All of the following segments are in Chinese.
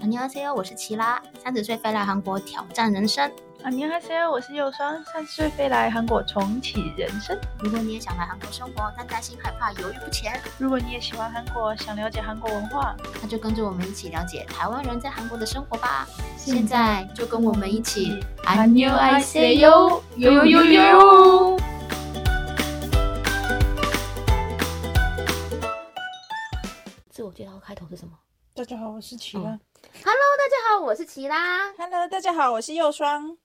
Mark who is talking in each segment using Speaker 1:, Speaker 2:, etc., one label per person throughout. Speaker 1: 안녕하세요，我是齐拉，三十岁飞来韩国挑战人生。
Speaker 2: 啊，你好，C 我是右双，三十岁飞来韩国重启人生。
Speaker 1: 如果你也想来韩国生活，但担心害怕、犹豫不前，
Speaker 2: 如果你也喜欢韩国，想了解韩国文化，
Speaker 1: 那就跟着我们一起了解台湾人在韩国的生活吧。现在就跟我们一起，안녕하세 요，呦呦呦。
Speaker 3: 自我介绍开头是什么？
Speaker 4: 大家好，我是齐拉。
Speaker 3: 哦大家好，我是齐拉。
Speaker 4: Hello，大家好，我是右双。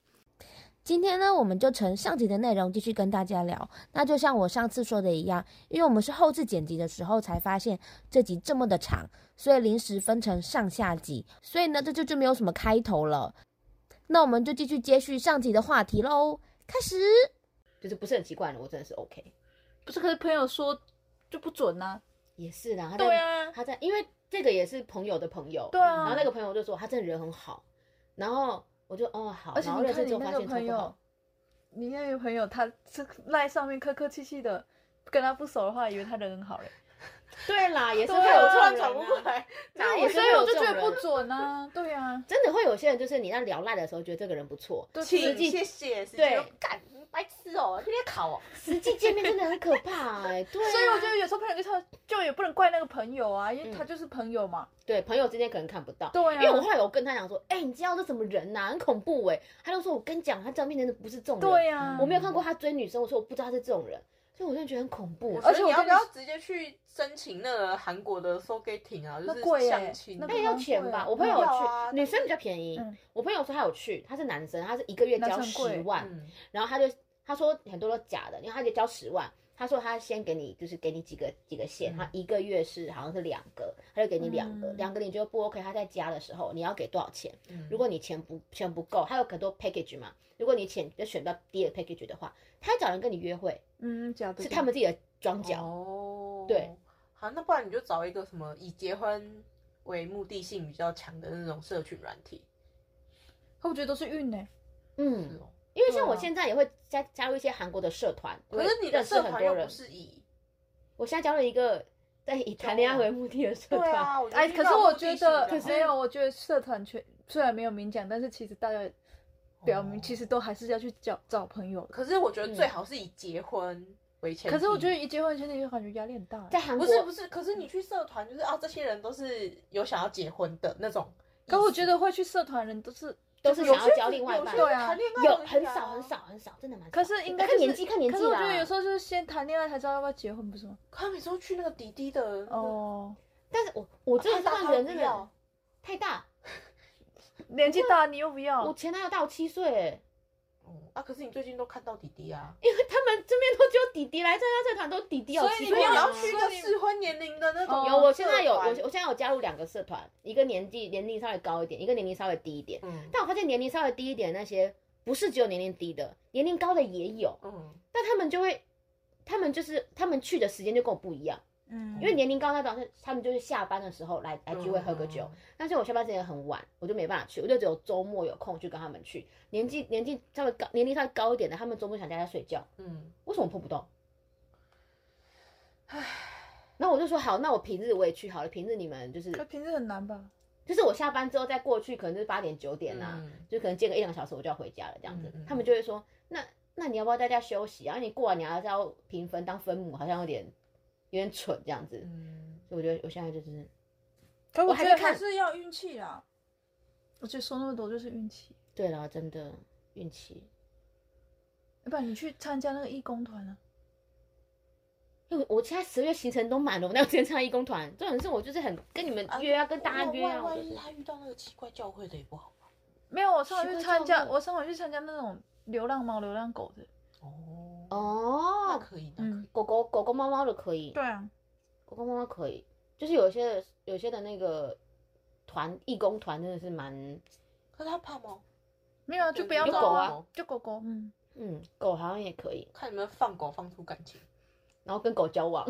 Speaker 3: 今天呢，我们就从上集的内容继续跟大家聊。那就像我上次说的一样，因为我们是后置剪辑的时候才发现这集这么的长，所以临时分成上下集，所以呢，这就就没有什么开头了。那我们就继续接续上集的话题喽，开始。
Speaker 5: 就是不是很习惯了，我真的是 OK。
Speaker 2: 不是，可是朋友说就不准呐、
Speaker 5: 也是啦，他在
Speaker 2: 对啊，
Speaker 5: 他在，因为这个也是朋友的朋友，
Speaker 2: 对啊
Speaker 5: 然后那个朋友就说他真的人很好，然后我就哦好，
Speaker 2: 而且
Speaker 5: 然后
Speaker 2: 你
Speaker 5: 认
Speaker 2: 看
Speaker 5: 识
Speaker 2: 你
Speaker 5: 之后
Speaker 2: 那
Speaker 5: 发
Speaker 2: 个
Speaker 5: 现超
Speaker 2: 朋
Speaker 5: 不
Speaker 2: 友
Speaker 5: 好，，
Speaker 2: 你那个朋友他这赖上面客客气气的，跟他不熟的话，以为他人很好嘞。欸
Speaker 5: 对啦，也是
Speaker 2: 对啊
Speaker 5: 会有这种
Speaker 4: 突然
Speaker 5: 人
Speaker 4: 转不
Speaker 5: 啊
Speaker 4: 过来，
Speaker 5: 那
Speaker 2: 我
Speaker 5: 也是
Speaker 2: 所
Speaker 5: 会
Speaker 2: 以我
Speaker 5: 有
Speaker 2: 就
Speaker 5: 这
Speaker 2: 觉
Speaker 5: 种
Speaker 2: 得不
Speaker 5: 人，
Speaker 2: 准呐、对啊，
Speaker 5: 真的会有些人就是你在聊赖的时候觉得这个人不错，
Speaker 2: 对，
Speaker 4: 请
Speaker 2: 实际
Speaker 4: 谢谢。实际
Speaker 5: 对
Speaker 4: 又
Speaker 5: 干白痴哦、天天考哦、实际见面真的很可怕哎、对、啊，
Speaker 2: 所以我觉得有时候朋友就他就也不能怪那个朋友啊，因为
Speaker 5: 嗯
Speaker 2: 他就是朋友嘛。
Speaker 5: 对朋友之间可能看不到。
Speaker 2: 对啊，
Speaker 5: 因为我后来有跟他讲说，哎、你知道这什么人呐、很恐怖哎、他就说，我跟你讲，他在我面前真的不是这种人，
Speaker 2: 对啊，
Speaker 5: 我没有看过他追女生，我说我不知道他是这种人，所以我真的觉得很恐怖。
Speaker 4: 而且
Speaker 2: 我
Speaker 4: 你要
Speaker 2: 跟
Speaker 4: 不
Speaker 2: 你
Speaker 4: 要直接去申请那个韩国的 so getting 啊？就
Speaker 2: 那
Speaker 4: 是
Speaker 2: 贵耶
Speaker 4: 相亲
Speaker 2: 那。
Speaker 5: 那也要钱吧？
Speaker 2: 那
Speaker 5: 我朋友有
Speaker 4: 要
Speaker 5: 去，
Speaker 4: 啊
Speaker 5: 女生比较便宜。
Speaker 2: 嗯
Speaker 5: 我朋友说他有去，他是男生，他是一个月
Speaker 2: 男
Speaker 5: 交
Speaker 2: 生
Speaker 5: 十
Speaker 2: 贵
Speaker 5: 万，
Speaker 4: 嗯，
Speaker 5: 然后他就他说很多都假的，因为他就交十万。他说他先给你就是给你几个几个线，
Speaker 4: 嗯
Speaker 5: 他一个月是好像是两个，他就给你两个，
Speaker 2: 嗯
Speaker 5: 两个你觉得不 OK，他在加的时候你要给多少钱？
Speaker 4: 嗯
Speaker 5: 如果你钱不钱不够，他有很多 package 嘛，如果你钱就选到低的 package 的话，他找人跟你约会
Speaker 2: 嗯，假的
Speaker 5: 是他们自己的庄脚，
Speaker 4: 哦，
Speaker 5: 对，
Speaker 4: 好，那不然你就找一个什么以结婚为目的性比较强的那种社群软体。
Speaker 2: 可我觉得都是运呢、
Speaker 4: 是
Speaker 5: 嗯，
Speaker 4: 哦，
Speaker 5: 因为像我
Speaker 2: 对啊
Speaker 5: 现在也会加加入一些韩国的社团，
Speaker 4: 可是你
Speaker 5: 我也
Speaker 4: 的
Speaker 5: 认识
Speaker 4: 社
Speaker 5: 很
Speaker 4: 团
Speaker 5: 多
Speaker 4: 又
Speaker 5: 人
Speaker 4: 不。是 以
Speaker 5: 我现在加入了一个在以谈恋爱为目的的社
Speaker 4: 对
Speaker 5: 团，
Speaker 4: 啊，我觉得
Speaker 2: 哎，
Speaker 4: 遇
Speaker 2: 可是
Speaker 4: 到
Speaker 2: 我
Speaker 4: 目的
Speaker 2: 觉
Speaker 4: 性
Speaker 2: 得
Speaker 4: 比较好
Speaker 2: 没有，我觉得社团圈虽然没有明讲，但是其实大家表明
Speaker 4: 哦
Speaker 2: 其实都还是要去找找朋友的。
Speaker 4: 可是我觉得最
Speaker 5: 嗯
Speaker 4: 好是以结婚为前提。
Speaker 2: 可是我觉得一结婚前就感觉压力很大。
Speaker 5: 在韩
Speaker 4: 不
Speaker 5: 国
Speaker 4: 是不是，可是你去社团就是啊，这些人都是有想要结婚的那种意思。
Speaker 2: 可我觉得会去社团人都是，
Speaker 5: 都是
Speaker 2: 有
Speaker 5: 想要
Speaker 2: 些
Speaker 5: 交另外一
Speaker 4: 有
Speaker 5: 半，
Speaker 4: 些
Speaker 2: 对啊
Speaker 4: 谈恋爱
Speaker 5: 有
Speaker 4: 都是
Speaker 5: 很
Speaker 4: 这样
Speaker 5: 少
Speaker 4: 啊
Speaker 5: 很，少很少，真的蛮少。
Speaker 2: 可是应该
Speaker 5: 看
Speaker 2: 就是
Speaker 5: 年纪看年
Speaker 2: 可
Speaker 5: 纪
Speaker 2: 是我觉得有时
Speaker 5: 候，
Speaker 2: 候就是先谈恋爱才知道要不要结婚，不是吗？
Speaker 4: 可他每次都去那个滴滴的
Speaker 5: 嗯
Speaker 4: 哦，
Speaker 2: 哦，
Speaker 5: 但是我我真的
Speaker 4: 太大
Speaker 5: 是
Speaker 4: 他
Speaker 5: 看人
Speaker 4: 不
Speaker 5: 真
Speaker 4: 要
Speaker 5: 的太大，
Speaker 2: 年纪大你又不要
Speaker 5: 我，前男友大我七岁耶，
Speaker 4: 哦啊，可是你最近都看到弟弟啊，
Speaker 5: 因为他们这边都只有弟弟来参加社团，都弟弟有
Speaker 2: 所以
Speaker 5: 七
Speaker 2: 你
Speaker 4: 所
Speaker 5: 岁
Speaker 2: 没
Speaker 4: 以你
Speaker 2: 有
Speaker 5: 啊
Speaker 4: 要去一个适婚年龄的那种
Speaker 2: 哦
Speaker 4: 社团。
Speaker 5: 有，我现在有我我现在有加入两个社团，一个年纪年龄稍微高一点，一个年龄稍微低一点。
Speaker 4: 嗯
Speaker 5: 但我发现年龄稍微低一点的那些，不是只有年龄低的，年龄高的也有。
Speaker 4: 嗯，
Speaker 5: 但他们就会，他们就是他们去的时间就跟我不一样，
Speaker 2: 嗯
Speaker 5: 因为年龄高那种是他们就是下班的时候来来聚会
Speaker 4: 嗯
Speaker 5: 喝个酒，，但是我下班时间很晚，我就没办法去，我就只有周末有空去跟他们去。年纪年纪稍微高年龄稍微高一点的，他们周末想在家睡觉，
Speaker 4: 嗯
Speaker 5: 为什么我碰不到？然后我就说好，那我平日我也去好了，平日你们就是
Speaker 2: 可平时很难吧？
Speaker 5: 就是我下班之后再过去，可能就是八点九点
Speaker 4: 嗯
Speaker 5: 啊，
Speaker 4: 嗯
Speaker 5: 就可能见个一两个小时我就要回家了，这样子，
Speaker 4: 嗯嗯
Speaker 5: 他们就会说，那那你要不要在家休息啊？你过完你还是要平分当分母，好像有点有点蠢这样子。
Speaker 4: 嗯，
Speaker 5: 所以我觉得我现在就是，
Speaker 2: 可
Speaker 5: 我
Speaker 2: 我
Speaker 5: 还
Speaker 2: 觉
Speaker 5: 在
Speaker 2: 得
Speaker 5: 看
Speaker 2: 还是要运气啦。我觉得说那么多就是运气，
Speaker 5: 对了，真的运气，
Speaker 2: 哎要不然你去参加那个义工团啊。
Speaker 5: 因为我现在十月行程都满了，我那天参加义工团，这种事我就是很跟你们约啊，跟大家约啊，
Speaker 4: 万
Speaker 5: 我
Speaker 4: 万
Speaker 5: 就
Speaker 4: 一
Speaker 5: 是
Speaker 4: 他遇到那个奇怪教会的也不好吧
Speaker 2: 没有，我上回
Speaker 5: 奇
Speaker 2: 去
Speaker 5: 怪
Speaker 2: 参加，
Speaker 5: 教会
Speaker 2: 我上回去参加那种流浪猫、流浪狗的。
Speaker 4: 哦那
Speaker 5: 哦，
Speaker 4: 可以，那可
Speaker 2: 嗯
Speaker 4: 以，，
Speaker 5: 狗狗狗狗猫猫的可以，
Speaker 2: 对啊，
Speaker 5: 狗狗猫猫可以，就是有些有些的那个团义工团真的是蛮，
Speaker 4: 可是他怕猫，
Speaker 2: 没有啊，
Speaker 4: 对
Speaker 2: 就不要
Speaker 5: 有
Speaker 2: 招
Speaker 5: 狗
Speaker 4: 啊
Speaker 2: 就狗狗，嗯，
Speaker 5: 嗯，狗好像也可以，
Speaker 4: 看你们放狗放出感情，
Speaker 5: 然后跟狗交往。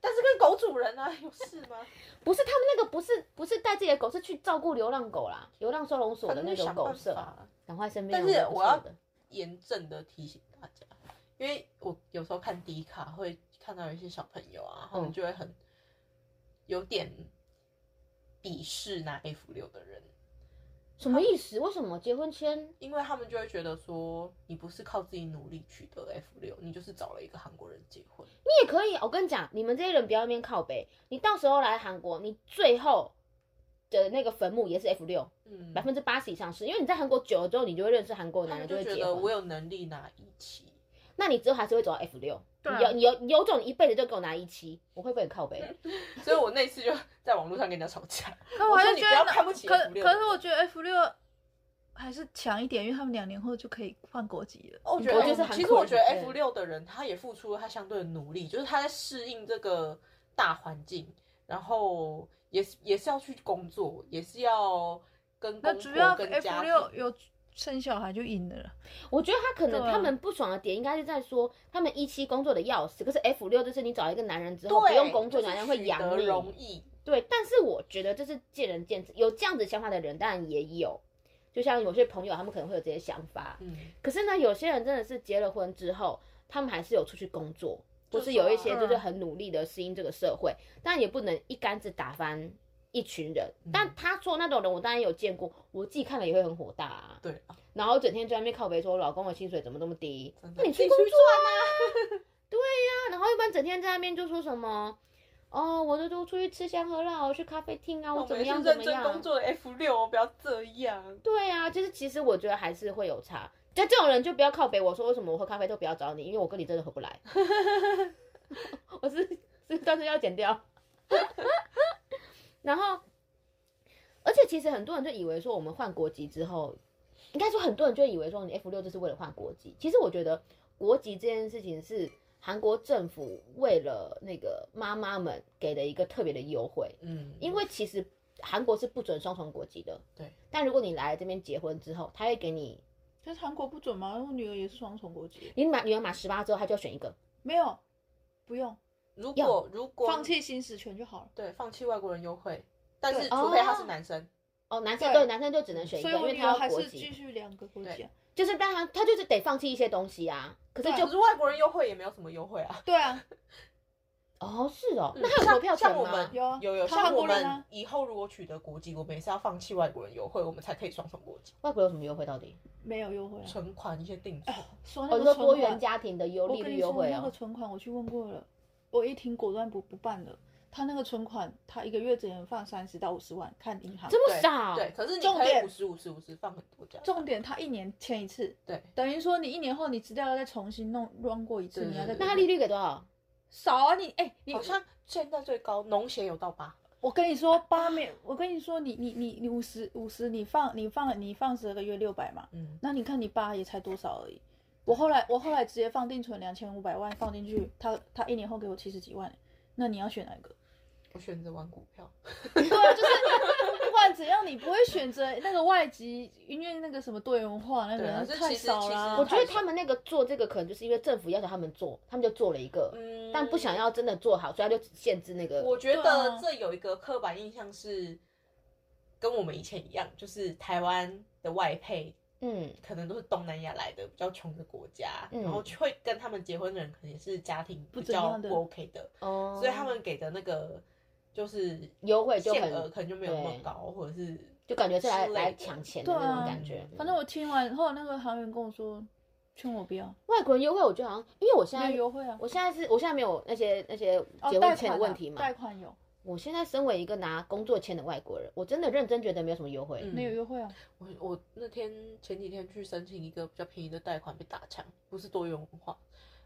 Speaker 4: 但是跟狗主人啊有事吗？
Speaker 5: 不是他们那个不是不是带自己的狗，是去照顾流浪狗啦，流浪收容所的那种狗舍，啊
Speaker 4: 法。啊
Speaker 5: 赶快身边。
Speaker 4: 但是我要
Speaker 5: 的，
Speaker 4: 严正的提醒大家，因为我有时候看迪卡
Speaker 5: 嗯
Speaker 4: 会看到有一些小朋友啊，他们就会很有点鄙视拿 F 六的人，
Speaker 5: 什么意思？为什么结婚签？
Speaker 4: 因为他们就会觉得说，你不是靠自己努力取得 F 六，你就是找了一个韩国人结婚。
Speaker 5: 你也可以，我跟你讲，你们这些人不要在那边靠北，你到时候来韩国，你最后的那个坟墓也是 F 六，
Speaker 4: 嗯，
Speaker 5: 百分之八十以上是，因为你在韩国久了之后，你就会认识韩国
Speaker 4: 他
Speaker 5: 男人，
Speaker 4: 们就
Speaker 5: 会
Speaker 4: 觉
Speaker 5: 结
Speaker 4: 得我
Speaker 5: 婚。
Speaker 4: 有能力拿一期，
Speaker 5: 那你之后还是会走到 F 六、
Speaker 2: 对啊
Speaker 5: 你有你有你有种，你一辈子就给我拿一期，我会不会很靠北？
Speaker 4: 所以我那次就在网络上跟人家吵架。
Speaker 2: 那
Speaker 4: 我
Speaker 2: 还
Speaker 4: 说
Speaker 2: 是
Speaker 4: 你
Speaker 2: 觉
Speaker 4: 不要
Speaker 2: 得那，
Speaker 4: 看不起
Speaker 2: 可
Speaker 4: F6
Speaker 2: 可是我觉得 F 六还是强一点，因为他们两年后就可以换国籍了。
Speaker 4: 哦，我觉得
Speaker 5: 我觉得是
Speaker 4: F-
Speaker 5: 韩
Speaker 4: 其实
Speaker 5: 国
Speaker 4: 我
Speaker 5: 人
Speaker 4: 觉得
Speaker 5: 对
Speaker 4: F 六的人，他也付出了他相对的努力，就是他在适应这个大环境，然后也是也是要去工作，也是要跟
Speaker 2: 那
Speaker 4: 公
Speaker 2: 主
Speaker 4: 婆
Speaker 2: 要
Speaker 4: 跟
Speaker 2: F
Speaker 4: 家
Speaker 2: 六
Speaker 4: 庭
Speaker 2: 有生小孩就赢了啦，
Speaker 5: 我觉得他可能
Speaker 2: 对啊
Speaker 5: 他们不爽的点应该是在说，他们一期工作的要死，可是 F 六就是你找一个男人之后不用工作，
Speaker 4: 就
Speaker 5: 男
Speaker 4: 是
Speaker 5: 人会
Speaker 4: 取
Speaker 5: 养
Speaker 4: 得
Speaker 5: 你。
Speaker 4: 容易。
Speaker 5: 对，但是我觉得这是见仁见智，有这样子想法的人当然也有，就像有些朋友他们可能会有这些想法，
Speaker 4: 嗯，
Speaker 5: 可是呢，有些人真的是结了婚之后，他们还是有出去工作，或是有一
Speaker 4: 啊
Speaker 5: 些
Speaker 4: 嗯
Speaker 5: 就是很努力的适应这个社会，但也不能一竿子打翻一群人。
Speaker 4: 嗯
Speaker 5: 但他说那种人，我当然有见过，我自己看了也会很火大、啊。
Speaker 4: 对啊，
Speaker 5: 然后整天在那边靠北说，老公的薪水怎么这么低
Speaker 4: 真？的
Speaker 5: 那你去工作啊？ 对呀、然后一般整天在那边就说什么，哦，我都都出去吃香喝辣，我去咖啡厅啊，
Speaker 4: 那
Speaker 5: 我
Speaker 4: 我
Speaker 5: 怎么
Speaker 4: 们也是
Speaker 5: 样怎
Speaker 4: 认
Speaker 5: 么
Speaker 4: 真
Speaker 5: 样？
Speaker 4: 工作的 F 六哦，不要这 样。
Speaker 5: 对啊，就是其实我觉得还是会有差。但这种人就不要靠北我说为什么我喝咖啡都不要找你，因为我跟你真的合不来。 我是是但是要剪掉。 然后，而且其实很多人就以为说我们换国籍之后，应该说很多人就以为说你 F 六就是为了换国籍。其实我觉得国籍这件事情是韩国政府为了那个妈妈们给的一个特别的优惠。
Speaker 4: 嗯，
Speaker 5: 因为其实韩国是不准双重国籍的。
Speaker 4: 对。
Speaker 5: 但如果你来这边结婚之后，他会给你，
Speaker 2: 但是韩国不准吗？我女儿也是双重国籍，
Speaker 5: 你满女儿满十八之后，他就要选一个。
Speaker 2: 没有，不用，
Speaker 4: 嗯如
Speaker 5: 要
Speaker 4: 果如果
Speaker 2: 放弃行使权就好了。
Speaker 4: 对放弃外国人优惠，但
Speaker 2: 对
Speaker 4: 是除非他
Speaker 5: 哦
Speaker 4: 是男生，
Speaker 5: 哦，男生
Speaker 2: 对
Speaker 5: 对男生就只能选一
Speaker 2: 所以
Speaker 5: 个，因
Speaker 2: 我
Speaker 5: 为
Speaker 2: 女
Speaker 5: 他
Speaker 2: 儿
Speaker 5: 要
Speaker 2: 还
Speaker 5: 国
Speaker 2: 是继
Speaker 5: 籍，
Speaker 2: 续两个国籍啊。
Speaker 5: 就是但他他就是得放弃一些东西啊。可是
Speaker 2: 对
Speaker 5: 就
Speaker 4: 可是外国人优惠也没有什么优惠啊。
Speaker 2: 对啊，
Speaker 5: 哦是哦，
Speaker 4: 嗯
Speaker 5: 那他有投票权
Speaker 4: 像像我
Speaker 5: 吗
Speaker 4: 们？
Speaker 2: 有啊
Speaker 4: 有有，
Speaker 2: 他
Speaker 4: 像
Speaker 2: 韩
Speaker 4: 我
Speaker 2: 国人
Speaker 4: 们
Speaker 2: 啊
Speaker 4: 以后如果取得国籍，我们也是要放弃外国人优惠，我们才可以双重国籍。
Speaker 5: 外国有什么优惠到底？
Speaker 2: 没有优惠啊。哎
Speaker 4: 存款一些定存，
Speaker 2: 说
Speaker 5: 哦，
Speaker 2: 那
Speaker 5: 你
Speaker 2: 个
Speaker 5: 说
Speaker 2: 存
Speaker 5: 多元
Speaker 2: 款，
Speaker 5: 家庭的优
Speaker 2: 我
Speaker 5: 利
Speaker 2: 跟
Speaker 5: 率
Speaker 2: 你
Speaker 5: 优
Speaker 2: 说
Speaker 5: 惠
Speaker 2: 那个
Speaker 5: 哦。
Speaker 2: 存款，我去问过了，我一听果断不不办了。他那个存款，他一个月只能放三十到五十万，看银行。
Speaker 5: 这么
Speaker 4: 对
Speaker 5: 少？
Speaker 4: 对，可是你
Speaker 2: 重
Speaker 4: 可以
Speaker 2: 点
Speaker 4: 五十五十五十放很多家，
Speaker 2: 重点，他一年签一次，
Speaker 4: 对，
Speaker 2: 等于说你一年后你资料要再重新弄 run 过一次，
Speaker 4: 对
Speaker 2: 你要再
Speaker 4: 对
Speaker 5: 那他利
Speaker 4: 对
Speaker 5: 率给多少？
Speaker 2: 少啊你哎、你
Speaker 4: 好像现在最高农协有到八，
Speaker 2: 我跟你说八面，我跟你说你你你你五十五十你放你放你放十二个月六百嘛，
Speaker 4: 嗯，
Speaker 2: 那你看你八也才多少而已。我后来我后来直接放定存两千五百万放进去，他他一年后给我七十几万，那你要选哪一 个？
Speaker 4: 我选择玩股票，
Speaker 2: 对啊，就是不管怎样，你不会选择那个外籍，因为那个什么多元文化那
Speaker 4: 对啊
Speaker 2: 个
Speaker 4: 这
Speaker 2: 太
Speaker 4: 其实
Speaker 2: 少
Speaker 4: 其
Speaker 2: 啦。
Speaker 4: 实
Speaker 5: 我觉得
Speaker 4: 太少
Speaker 5: 他们那个做这个可能就是因为政府要求他们做，他们就做了一个，
Speaker 4: 嗯
Speaker 5: 但不想。要真的做好，所以他就只限制那个。
Speaker 4: 我觉
Speaker 2: 对
Speaker 4: 得
Speaker 2: 啊
Speaker 4: 这有一个刻板印象是跟我们以前一样，就是台湾的外配
Speaker 5: 嗯，
Speaker 4: 可能都是东南亚来的比较穷的国家，
Speaker 5: 嗯
Speaker 4: 然后会跟他们结婚的人可能也是家庭
Speaker 2: 不
Speaker 4: 比
Speaker 2: 怎
Speaker 4: 较
Speaker 2: 样的
Speaker 4: 不 OK 的，
Speaker 5: 哦，
Speaker 4: 所以他们给的那个就是
Speaker 5: 优惠就
Speaker 4: 限
Speaker 5: 很
Speaker 4: 额可能就没有那么高，或者是
Speaker 5: 就感觉是来
Speaker 4: 之类的
Speaker 5: 来抢钱的
Speaker 2: 对啊
Speaker 5: 那种感觉。
Speaker 2: 反正我听完后，那个行员跟我说，劝我不要，
Speaker 5: 外国人优惠，我觉得好像，因为我现
Speaker 2: 没有
Speaker 5: 在
Speaker 2: 优惠啊。
Speaker 5: 我现在是我现在没有那些那些结
Speaker 2: 哦，贷
Speaker 5: 婚签
Speaker 2: 款
Speaker 5: 的问
Speaker 2: 啊
Speaker 5: 题嘛。
Speaker 2: 贷款有，
Speaker 5: 我现在身为一个拿工作签的外国人，我真的认真觉得没有什么优惠。
Speaker 4: 嗯
Speaker 2: 没有优惠啊。
Speaker 4: 我我那天前几天去申请一个比较便宜的贷款，被打枪，不是多元文化，